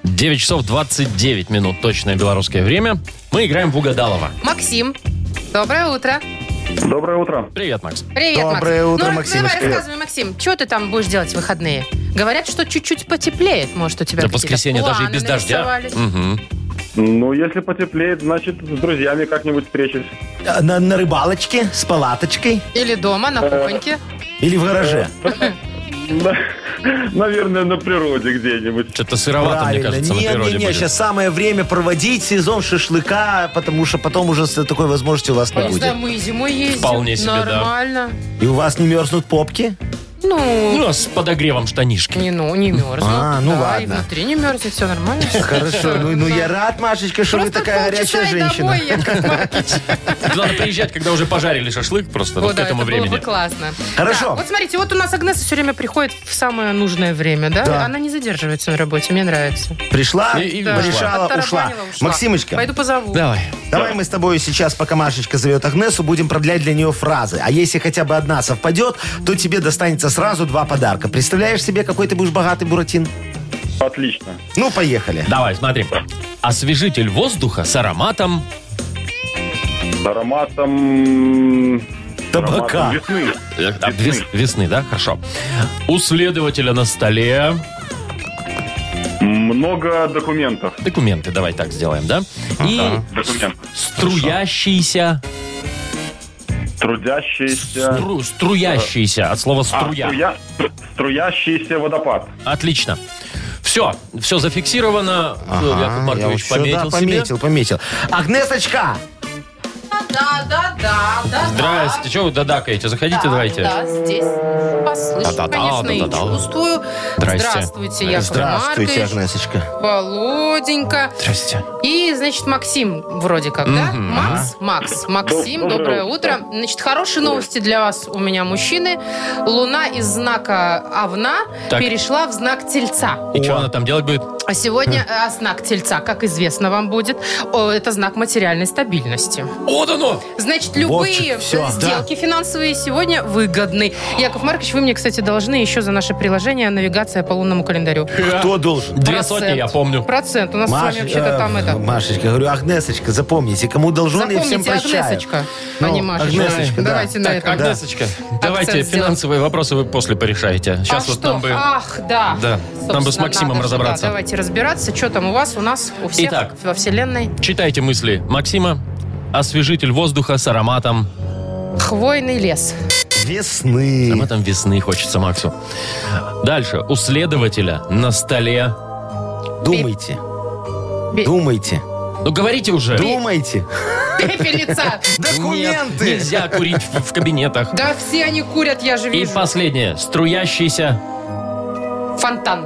[SPEAKER 2] 9 часов 29 минут, точное белорусское время. Мы играем в Угадалова.
[SPEAKER 3] Максим, доброе утро.
[SPEAKER 7] Доброе утро.
[SPEAKER 2] Привет, Макс.
[SPEAKER 3] Привет,
[SPEAKER 4] Доброе
[SPEAKER 3] Макс.
[SPEAKER 4] утро,
[SPEAKER 3] ну,
[SPEAKER 4] Максимыч,
[SPEAKER 3] Давай
[SPEAKER 4] привет.
[SPEAKER 3] рассказывай, Максим, что ты там будешь делать в выходные? Говорят, что чуть-чуть потеплеет, может, у тебя
[SPEAKER 2] Да,
[SPEAKER 3] какие-то
[SPEAKER 2] воскресенье даже и
[SPEAKER 3] планы
[SPEAKER 2] без дождя.
[SPEAKER 3] нарисовались.
[SPEAKER 2] Мгм.
[SPEAKER 7] Ну, если потеплеет, значит, с друзьями как-нибудь встречусь.
[SPEAKER 4] А, На, на рыбалочке с палаточкой
[SPEAKER 3] Или дома, на кухоньке.
[SPEAKER 4] или в гараже?
[SPEAKER 2] Э,
[SPEAKER 7] На- Наверное, на природе где-нибудь.
[SPEAKER 2] Что-то сыровато, мне кажется, на
[SPEAKER 4] Нет,
[SPEAKER 2] природе
[SPEAKER 4] нет, нет,
[SPEAKER 2] будет.
[SPEAKER 4] сейчас самое время проводить сезон шашлыка, потому что потом уже с такой возможности у вас
[SPEAKER 3] Я
[SPEAKER 4] не
[SPEAKER 3] не знаю,
[SPEAKER 4] будет.
[SPEAKER 3] мы и зимой ездим.
[SPEAKER 2] Вполне себе, да.
[SPEAKER 3] Нормально.
[SPEAKER 4] И у вас не мерзнут попки?
[SPEAKER 3] Ну,
[SPEAKER 2] Ну, а с подогревом штанишки.
[SPEAKER 3] не, ну, не мерзнут.
[SPEAKER 4] А, ну
[SPEAKER 3] да, и
[SPEAKER 4] ладно.
[SPEAKER 3] внутри не мерзнет, все нормально.
[SPEAKER 4] Хорошо, ну, ну я рад, Машечка, что вы
[SPEAKER 3] Просто
[SPEAKER 4] такая
[SPEAKER 3] полчаса
[SPEAKER 4] горячая
[SPEAKER 3] и
[SPEAKER 4] женщина.
[SPEAKER 3] домой, Яков Маркович.
[SPEAKER 2] Надо приезжать, когда уже пожарили шашлык просто
[SPEAKER 3] О,
[SPEAKER 2] вот к
[SPEAKER 3] да,
[SPEAKER 2] этому
[SPEAKER 3] это было
[SPEAKER 2] времени.
[SPEAKER 3] бы классно.
[SPEAKER 4] Хорошо.
[SPEAKER 3] Так, вот смотрите, вот у нас Агнеса все время приходит в самое нужное время, да?
[SPEAKER 4] Да.
[SPEAKER 3] Она не задерживается на работе, мне нравится.
[SPEAKER 4] Пришла,
[SPEAKER 2] И- и
[SPEAKER 3] Да.
[SPEAKER 4] решала, ушла.
[SPEAKER 3] Оттарабанила,
[SPEAKER 4] Максимочка,
[SPEAKER 3] Пойду позову.
[SPEAKER 2] Давай.
[SPEAKER 4] Давай мы с тобой сейчас, пока Машечка зовет Агнесу, будем продлять для нее фразы. А если хотя бы одна совпадет, то тебе достанется сразу два подарка. Представляешь себе, какой ты будешь богатый, Буратин?
[SPEAKER 7] Отлично.
[SPEAKER 4] Ну, поехали.
[SPEAKER 2] Давай, смотри. Освежитель воздуха с ароматом...
[SPEAKER 7] С ароматом...
[SPEAKER 4] Табака.
[SPEAKER 7] ароматом Весны.
[SPEAKER 2] А, вес- Весны, да? Хорошо. У следователя на столе...
[SPEAKER 7] Много документов.
[SPEAKER 2] Документы, давай так сделаем, да? И
[SPEAKER 7] Документов.
[SPEAKER 2] струящийся...
[SPEAKER 7] Трудящиеся...
[SPEAKER 2] стру- струящийся, от слова
[SPEAKER 7] А,
[SPEAKER 2] струя.
[SPEAKER 7] струя- Струящийся водопад.
[SPEAKER 2] Отлично. Все, все зафиксировано.
[SPEAKER 4] Ага,
[SPEAKER 2] Ну, Яков
[SPEAKER 4] я вот
[SPEAKER 2] Маркович
[SPEAKER 4] всё,
[SPEAKER 2] пометил
[SPEAKER 4] да,
[SPEAKER 2] себе.
[SPEAKER 4] пометил, пометил. Агнесочка!
[SPEAKER 3] Да, да, да, да.
[SPEAKER 2] Здрасте, что вы додакаете? Заходите, давайте.
[SPEAKER 3] Да, здесь послышу,
[SPEAKER 2] Да-да-да,
[SPEAKER 3] конечно, и
[SPEAKER 2] да-да-да.
[SPEAKER 3] чувствую.
[SPEAKER 2] Здрасте.
[SPEAKER 3] Здравствуйте, Яков
[SPEAKER 4] Здравствуйте,
[SPEAKER 3] Маркович.
[SPEAKER 4] Агнесочка.
[SPEAKER 3] Володенька.
[SPEAKER 2] Здрасте.
[SPEAKER 3] И, значит, Максим вроде как, да?
[SPEAKER 2] Мгм,
[SPEAKER 3] Макс, Макс, Максим,
[SPEAKER 7] Доброе
[SPEAKER 3] доброе
[SPEAKER 7] утро.
[SPEAKER 3] утро. Значит, хорошие новости для вас у меня, мужчины. Луна из знака Овна
[SPEAKER 2] Так.
[SPEAKER 3] перешла в знак Тельца.
[SPEAKER 2] И что она там делать будет?
[SPEAKER 3] А
[SPEAKER 2] Хм.
[SPEAKER 3] сегодня э, знак Тельца, как известно вам будет, о, это знак материальной стабильности.
[SPEAKER 2] Вот оно!
[SPEAKER 3] Значит, любые
[SPEAKER 4] Вовчик, всё,
[SPEAKER 3] сделки финансовые сегодня выгодны. Яков Маркович, вы мне, кстати, должны еще за наше приложение «Навигация по лунному календарю».
[SPEAKER 4] Кто должен?
[SPEAKER 2] Две
[SPEAKER 3] Процент.
[SPEAKER 2] сотни, я помню.
[SPEAKER 3] Процент. У нас с
[SPEAKER 4] Маш-
[SPEAKER 3] вами вообще-то
[SPEAKER 4] э,
[SPEAKER 3] там это...
[SPEAKER 4] Машечка, говорю, Агнесочка, запомните, кому
[SPEAKER 2] Ну,
[SPEAKER 4] должен, я всем
[SPEAKER 3] Запомните,
[SPEAKER 4] прощаю.
[SPEAKER 3] Агнесочка, а не
[SPEAKER 4] Ну,
[SPEAKER 3] Машечка.
[SPEAKER 4] Агнесочка, да.
[SPEAKER 3] Давайте на
[SPEAKER 2] Так,
[SPEAKER 3] этом.
[SPEAKER 2] Агнесочка, давайте
[SPEAKER 3] Акцент сделаем.
[SPEAKER 2] финансовые вопросы вы после порешаете.
[SPEAKER 3] А
[SPEAKER 2] Сейчас вот
[SPEAKER 3] что?
[SPEAKER 2] нам бы...
[SPEAKER 3] Ах, да.
[SPEAKER 2] Да, нам бы с Максимом
[SPEAKER 3] надо же,
[SPEAKER 2] разобраться.
[SPEAKER 3] да, давайте разбираться, что там у вас, у нас, у всех
[SPEAKER 2] Итак.
[SPEAKER 3] во вселенной.
[SPEAKER 2] Читайте мысли Максима. Освежитель воздуха с ароматом...
[SPEAKER 3] Хвойный лес.
[SPEAKER 4] Весны.
[SPEAKER 2] Ароматом весны хочется Максу. Дальше. У следователя на столе...
[SPEAKER 4] Думайте.
[SPEAKER 3] Бе-
[SPEAKER 4] Думайте.
[SPEAKER 2] Ну говорите уже.
[SPEAKER 4] Думайте.
[SPEAKER 3] Пепельница.
[SPEAKER 4] Документы.
[SPEAKER 2] Нет, нельзя курить в, в кабинетах.
[SPEAKER 3] Да все они курят, я же
[SPEAKER 2] И
[SPEAKER 3] вижу.
[SPEAKER 2] последнее. Струящийся
[SPEAKER 3] Фонтан.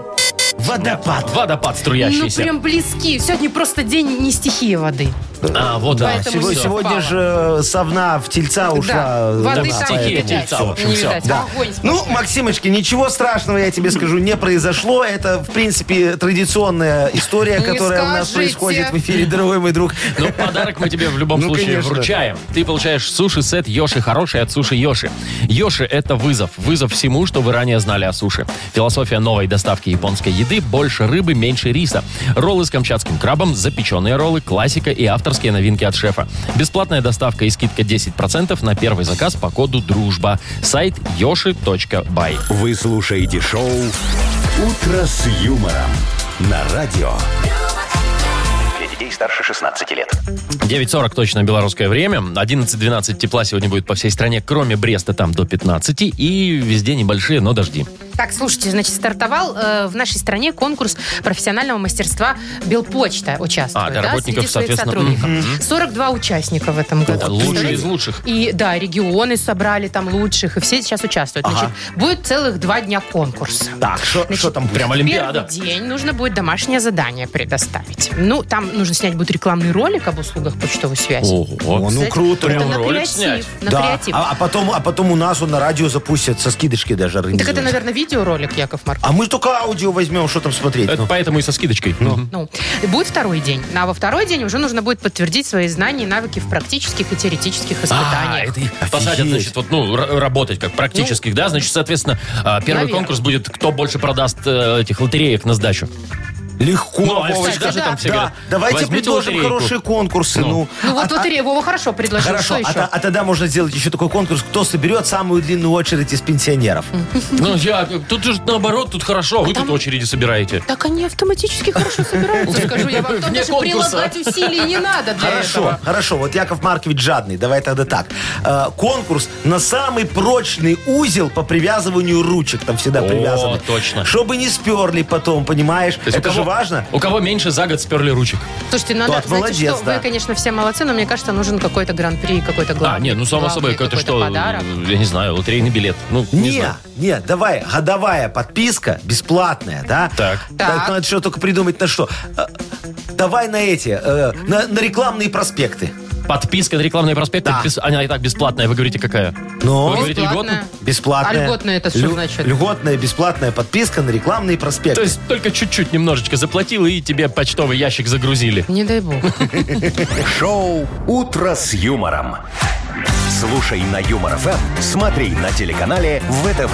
[SPEAKER 4] Водопад.
[SPEAKER 2] водопад
[SPEAKER 3] Ну,
[SPEAKER 2] струящийся.
[SPEAKER 3] прям близки. Сегодня просто день не стихии воды.
[SPEAKER 2] А, вот да. всё.
[SPEAKER 3] Поэтому
[SPEAKER 4] Сего-
[SPEAKER 3] не
[SPEAKER 4] сегодня
[SPEAKER 3] совпало.
[SPEAKER 4] же э, совна в тельца ушла.
[SPEAKER 3] Да,
[SPEAKER 4] э,
[SPEAKER 3] воды
[SPEAKER 4] да,
[SPEAKER 2] там
[SPEAKER 3] не
[SPEAKER 2] стихия
[SPEAKER 4] поэтому-
[SPEAKER 3] видать.
[SPEAKER 2] тельца, в общем,
[SPEAKER 3] Не
[SPEAKER 2] всё.
[SPEAKER 3] видать.
[SPEAKER 4] Да.
[SPEAKER 3] Огонь сплошной.
[SPEAKER 4] Ну, Максимочки, ничего страшного, я тебе скажу, не произошло. Это, в принципе, традиционная история,
[SPEAKER 3] Не
[SPEAKER 4] которая у нас
[SPEAKER 3] скажите.
[SPEAKER 4] происходит в эфире, дорогой мой друг.
[SPEAKER 2] Ну, подарок мы тебе в любом
[SPEAKER 4] Ну,
[SPEAKER 2] случае
[SPEAKER 4] конечно.
[SPEAKER 2] вручаем. Ты получаешь суши-сет Йоши хороший от суши Йоши. Йоши – это вызов. Вызов всему, что вы ранее знали о суши. Философия новой доставки японской еды – больше рыбы, меньше риса. Роллы с камчатским крабом, запеченные роллы, классика и авторские новинки от шефа. Бесплатная доставка и скидка 10% на первый заказ по коду «Дружба». Сайт yoshi.by.
[SPEAKER 1] Вы слушаете шоу «Утро с юмором» на радио.
[SPEAKER 5] Для детей старше 16 лет.
[SPEAKER 2] 9.40 точно белорусское время. 11-12 тепла сегодня будет по всей стране, кроме Бреста, там до 15. И везде небольшие, но дожди.
[SPEAKER 3] Так, слушайте, значит, стартовал э, в нашей стране конкурс профессионального мастерства Белпочта участвует.
[SPEAKER 2] А, для
[SPEAKER 3] да,
[SPEAKER 2] работников,
[SPEAKER 3] среди своих
[SPEAKER 2] соответственно.
[SPEAKER 3] сотрудников. 42 участника в этом году.
[SPEAKER 2] Да, лучшие из
[SPEAKER 3] Представляете?
[SPEAKER 2] лучших.
[SPEAKER 3] И да, регионы собрали там лучших, и все сейчас участвуют. Значит, будет целых два дня конкурса.
[SPEAKER 4] Так, что там
[SPEAKER 2] Прям Олимпиада.
[SPEAKER 3] Первый день нужно будет домашнее задание предоставить. Ну, там нужно снять будет рекламный ролик об услугах почтовой связи.
[SPEAKER 2] Ого.
[SPEAKER 4] О, ну
[SPEAKER 3] Кстати,
[SPEAKER 4] круто.
[SPEAKER 3] это
[SPEAKER 2] Прям
[SPEAKER 3] на
[SPEAKER 2] ролик
[SPEAKER 3] креатив,
[SPEAKER 2] снять.
[SPEAKER 3] на
[SPEAKER 4] Да.
[SPEAKER 3] креатив.
[SPEAKER 4] А, а потом, а потом у нас он на радио запустят со скидочки даже
[SPEAKER 3] Так это,
[SPEAKER 4] организуют.
[SPEAKER 3] наверное, видеоролик, Яков Марк.
[SPEAKER 4] А мы только аудио возьмем, что там смотреть.
[SPEAKER 2] Это
[SPEAKER 4] ну.
[SPEAKER 2] поэтому и со скидочкой. Мгм.
[SPEAKER 3] Ну, будет второй день. А во второй день уже нужно будет подтвердить свои знания и навыки в практических и теоретических
[SPEAKER 2] А,
[SPEAKER 3] испытаниях.
[SPEAKER 2] это их посадят, значит, вот, ну, р- работать как практических,
[SPEAKER 4] Ну,
[SPEAKER 2] да? Значит, соответственно, а, первый
[SPEAKER 3] Наверное.
[SPEAKER 2] конкурс будет, кто больше продаст э, этих лотереек на сдачу.
[SPEAKER 4] Легко.
[SPEAKER 2] Ну, а
[SPEAKER 4] Вовочка.
[SPEAKER 2] всегда же там все
[SPEAKER 4] Да,
[SPEAKER 2] говорят,
[SPEAKER 4] давайте
[SPEAKER 2] возьмите
[SPEAKER 4] предложим
[SPEAKER 2] лотерейку.
[SPEAKER 4] хорошие конкурсы.
[SPEAKER 2] Ну.
[SPEAKER 4] Ну,
[SPEAKER 3] Ну вот
[SPEAKER 4] А- а-
[SPEAKER 3] лотерея Вова хорошо предложил.
[SPEAKER 4] Хорошо,
[SPEAKER 3] Что
[SPEAKER 4] а,
[SPEAKER 3] еще?
[SPEAKER 4] та- а тогда можно сделать еще такой конкурс, кто соберет самую длинную очередь из пенсионеров.
[SPEAKER 2] Ну, я, тут же наоборот, тут хорошо, вы тут очереди собираете.
[SPEAKER 3] Так они автоматически хорошо собираются, скажу я вам. Там
[SPEAKER 2] а- Вне
[SPEAKER 3] даже
[SPEAKER 2] конкурса.
[SPEAKER 3] прилагать усилий не надо для
[SPEAKER 4] Хорошо,
[SPEAKER 3] этого.
[SPEAKER 4] хорошо. Вот Яков Маркович жадный. Давай тогда так. Э, конкурс на самый прочный узел по привязыванию ручек. Там всегда
[SPEAKER 2] О,
[SPEAKER 4] привязаны.
[SPEAKER 2] точно.
[SPEAKER 4] Чтобы не сперли потом, понимаешь?
[SPEAKER 2] То есть у
[SPEAKER 4] Это же
[SPEAKER 2] кого-
[SPEAKER 4] важно.
[SPEAKER 2] У кого меньше за год сперли ручек.
[SPEAKER 3] Слушайте, надо,
[SPEAKER 4] Тот
[SPEAKER 3] знаете
[SPEAKER 4] молодец,
[SPEAKER 3] что,
[SPEAKER 4] да.
[SPEAKER 3] вы, конечно, все молодцы, но мне кажется, нужен какой-то гран-при, какой-то главный.
[SPEAKER 2] а, нет, ну, само
[SPEAKER 3] главный
[SPEAKER 2] собой, это
[SPEAKER 3] какой-то
[SPEAKER 2] что,
[SPEAKER 3] подарок.
[SPEAKER 2] я не знаю, лотерейный билет. Ну, не
[SPEAKER 4] Не,
[SPEAKER 2] знаю.
[SPEAKER 4] не, давай, годовая подписка, бесплатная, да?
[SPEAKER 2] Так.
[SPEAKER 3] Так.
[SPEAKER 4] надо что только придумать на что. Э, Давай на эти, э, на, на рекламные проспекты.
[SPEAKER 2] Подписка на рекламный проспект,
[SPEAKER 4] Да.
[SPEAKER 2] бес- она и так бесплатная, вы говорите, какая?
[SPEAKER 4] Ну?
[SPEAKER 2] Вы говорите,
[SPEAKER 3] Бесплатная.
[SPEAKER 2] льготная?
[SPEAKER 4] Бесплатная.
[SPEAKER 3] А льготная это что
[SPEAKER 4] Лю-
[SPEAKER 3] значит?
[SPEAKER 4] Льготная, бесплатная подписка на рекламные проспекты.
[SPEAKER 2] То есть только чуть-чуть немножечко заплатил, и тебе почтовый ящик загрузили.
[SPEAKER 3] Не дай бог.
[SPEAKER 1] Шоу «Утро с юмором». Слушай на Юмор ФМ, смотри на телеканале ВТВ.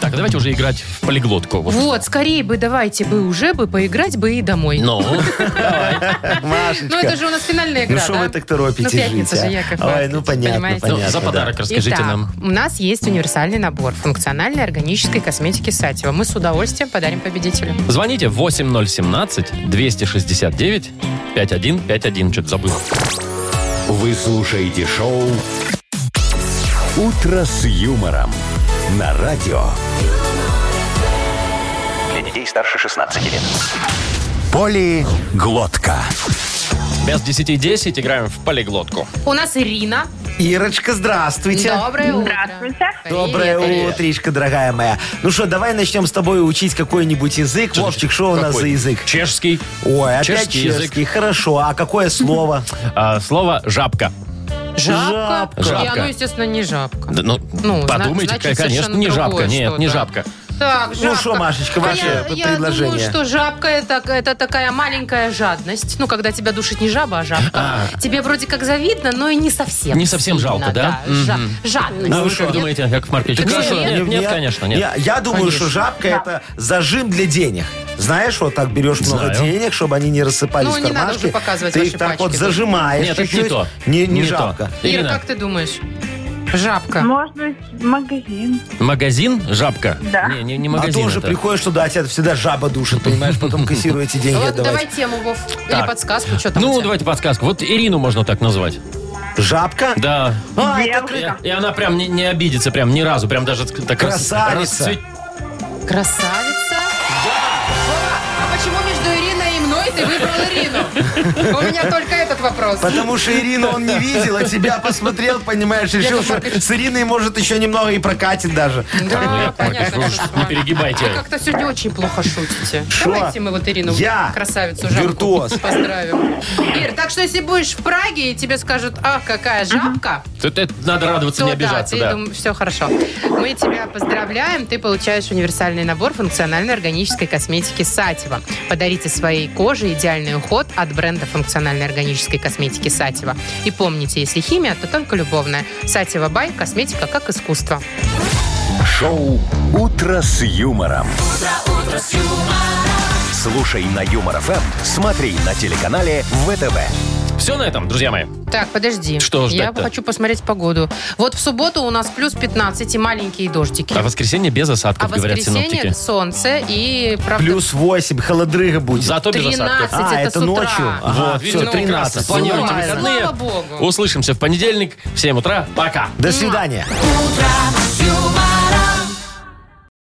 [SPEAKER 2] Так, а давайте уже играть в полиглотку. Вот.
[SPEAKER 3] Вот, скорее бы давайте бы уже бы поиграть бы и домой.
[SPEAKER 2] Ну,
[SPEAKER 4] Машечка.
[SPEAKER 3] Ну, это же у нас финальная игра,
[SPEAKER 4] Ну, что
[SPEAKER 3] да?
[SPEAKER 4] вы так торопитесь,
[SPEAKER 3] Ну, пятница
[SPEAKER 4] жить, а?
[SPEAKER 3] же, Яков
[SPEAKER 4] Ой,
[SPEAKER 3] Маркович,
[SPEAKER 4] ну, понятно,
[SPEAKER 3] понимаете?
[SPEAKER 4] понятно.
[SPEAKER 2] ну, за
[SPEAKER 4] да.
[SPEAKER 2] подарок расскажите
[SPEAKER 3] Итак,
[SPEAKER 2] нам.
[SPEAKER 3] у нас есть универсальный набор функциональной органической косметики Сатьева. Мы с удовольствием подарим победителю.
[SPEAKER 2] Звоните 8017-269-5151. Что-то забыл.
[SPEAKER 1] Вы слушаете шоу «Утро с юмором» на радио.
[SPEAKER 5] Для детей старше 16 лет.
[SPEAKER 1] Полиглотка.
[SPEAKER 2] Без 10.10 играем в полиглотку.
[SPEAKER 3] У нас Ирина.
[SPEAKER 4] Ирочка, здравствуйте.
[SPEAKER 3] Доброе утро.
[SPEAKER 6] Здравствуйте.
[SPEAKER 4] Доброе
[SPEAKER 3] Привет, Ирина.
[SPEAKER 4] утречко, дорогая моя. Ну что, давай начнем с тобой учить какой-нибудь язык. Вовчик, что у нас за
[SPEAKER 2] Какой?
[SPEAKER 4] язык?
[SPEAKER 2] Чешский.
[SPEAKER 4] Ой, опять
[SPEAKER 2] Чешский язык.
[SPEAKER 4] чешский. Хорошо, а какое слово?
[SPEAKER 2] А, слово «жабка».
[SPEAKER 3] Жабка.
[SPEAKER 2] Жабка.
[SPEAKER 3] И оно, естественно, не жабка.
[SPEAKER 2] Да, ну,
[SPEAKER 3] Ну, зна-
[SPEAKER 2] подумайте,
[SPEAKER 3] значит,
[SPEAKER 2] конечно,
[SPEAKER 3] совершенно
[SPEAKER 2] не жабка.
[SPEAKER 3] другое
[SPEAKER 2] Нет, не
[SPEAKER 3] что-то.
[SPEAKER 2] жабка.
[SPEAKER 3] Так, жабка.
[SPEAKER 4] Ну,
[SPEAKER 3] А
[SPEAKER 4] что, Машечка, ваше
[SPEAKER 3] я, я
[SPEAKER 4] предложение?
[SPEAKER 3] думаю, что жабка это, это такая маленькая жадность. Ну, когда тебя душит не жаба, а жабка. Тебе вроде как завидно, но и не совсем.
[SPEAKER 2] Не совсем
[SPEAKER 3] стыдно,
[SPEAKER 2] жалко, да?
[SPEAKER 3] да? жа-
[SPEAKER 4] Ну,
[SPEAKER 3] Жадность.
[SPEAKER 2] А вы как
[SPEAKER 3] Нет?
[SPEAKER 2] думаете, Яков Маркович?
[SPEAKER 3] Так
[SPEAKER 2] Хорошо,
[SPEAKER 3] нет,
[SPEAKER 2] Нет, нет, конечно, нет.
[SPEAKER 4] Я, я думаю, что жабка это зажим для денег. Знаешь, вот так берешь много
[SPEAKER 2] Знаю.
[SPEAKER 4] денег, чтобы они не рассыпались
[SPEAKER 3] Ну,
[SPEAKER 4] в
[SPEAKER 3] не надо
[SPEAKER 4] кармашке.
[SPEAKER 3] уже показывать
[SPEAKER 4] ты
[SPEAKER 3] ваши
[SPEAKER 4] их так
[SPEAKER 3] пачки
[SPEAKER 4] вот
[SPEAKER 3] тут.
[SPEAKER 4] зажимаешь
[SPEAKER 2] Нет, это не
[SPEAKER 4] чуть-чуть.
[SPEAKER 2] то.
[SPEAKER 4] Не, не
[SPEAKER 2] то.
[SPEAKER 4] жабка.
[SPEAKER 3] Ира,
[SPEAKER 2] Ирина,
[SPEAKER 3] как ты думаешь? Жабка.
[SPEAKER 6] Может быть, магазин.
[SPEAKER 2] магазин «Жабка»?
[SPEAKER 6] Да.
[SPEAKER 2] Не, не, не магазин
[SPEAKER 4] а тоже
[SPEAKER 2] это.
[SPEAKER 4] приходишь туда, а тебя всегда жаба душит, понимаешь, потом кассируете деньги
[SPEAKER 3] Ладно, давай
[SPEAKER 4] отдавать.
[SPEAKER 3] тему, Вов. Или
[SPEAKER 2] Так.
[SPEAKER 3] подсказку, что там у
[SPEAKER 2] Ну,
[SPEAKER 3] тебя?
[SPEAKER 2] давайте подсказку. Вот Ирину можно так назвать.
[SPEAKER 4] Жабка?
[SPEAKER 2] Да.
[SPEAKER 4] А, это
[SPEAKER 6] Девушка.
[SPEAKER 4] кры-
[SPEAKER 2] И, и она прям не, не обидится, прям ни разу, прям даже так рас-
[SPEAKER 4] Красавица.
[SPEAKER 2] расцвет-
[SPEAKER 3] Красавица. А почему между Ириной и мной ты выбрал Ирину? У меня только этот вопрос.
[SPEAKER 4] Потому что Ирину он не видел, а тебя посмотрел, понимаешь, решил,
[SPEAKER 3] Яков
[SPEAKER 4] что
[SPEAKER 3] Маркович.
[SPEAKER 4] с Ириной, может, еще немного и прокатит даже.
[SPEAKER 3] Ну,
[SPEAKER 2] Ну,
[SPEAKER 3] Да,
[SPEAKER 2] Маркович,
[SPEAKER 3] А, понятно. А
[SPEAKER 2] вы уж не перегибайте.
[SPEAKER 3] Вы как-то сегодня очень плохо шутите.
[SPEAKER 4] Шо?
[SPEAKER 3] Давайте мы вот Ирину,
[SPEAKER 4] Я
[SPEAKER 3] красавицу, жабку,
[SPEAKER 4] виртуоз.
[SPEAKER 3] поздравим. Ир, так что если будешь в Праге, и тебе скажут, а, какая жабка,
[SPEAKER 2] Тут это надо радоваться, не
[SPEAKER 3] то да,
[SPEAKER 2] обижаться,
[SPEAKER 3] ты
[SPEAKER 2] да.
[SPEAKER 3] все хорошо. Мы тебя поздравляем. Ты получаешь универсальный набор функциональной органической косметики Сатива. Подарите своей коже идеальный уход от бренда функциональной органической косметики Сатива. И помните, если химия, то только любовная. Сатива Бай – косметика как искусство.
[SPEAKER 1] Шоу «Утро с юмором». Слушай на Юмор ФМ, смотри на телеканале ВТВ.
[SPEAKER 2] Все на этом, друзья мои.
[SPEAKER 3] Так, подожди.
[SPEAKER 2] Что
[SPEAKER 3] Я
[SPEAKER 2] ждать-то?
[SPEAKER 3] хочу посмотреть погоду. Вот в субботу у нас плюс 15 и маленькие дождики.
[SPEAKER 2] А воскресенье без осадков,
[SPEAKER 3] А в
[SPEAKER 2] говорят
[SPEAKER 3] воскресенье
[SPEAKER 2] синоптики.
[SPEAKER 3] солнце и, правда,
[SPEAKER 4] Плюс 8, холодрыга будет.
[SPEAKER 2] Зато без осадков.
[SPEAKER 3] 13
[SPEAKER 4] А,
[SPEAKER 3] это,
[SPEAKER 4] это
[SPEAKER 3] с утра.
[SPEAKER 4] ночью?
[SPEAKER 2] Вот,
[SPEAKER 4] А, Ага,
[SPEAKER 2] видите,
[SPEAKER 4] всё,
[SPEAKER 2] как
[SPEAKER 4] 13,
[SPEAKER 2] раз. Планируйте
[SPEAKER 3] слава
[SPEAKER 2] выходные.
[SPEAKER 3] богу.
[SPEAKER 2] Услышимся в понедельник в 7 утра. Пока.
[SPEAKER 4] До свидания.
[SPEAKER 8] утро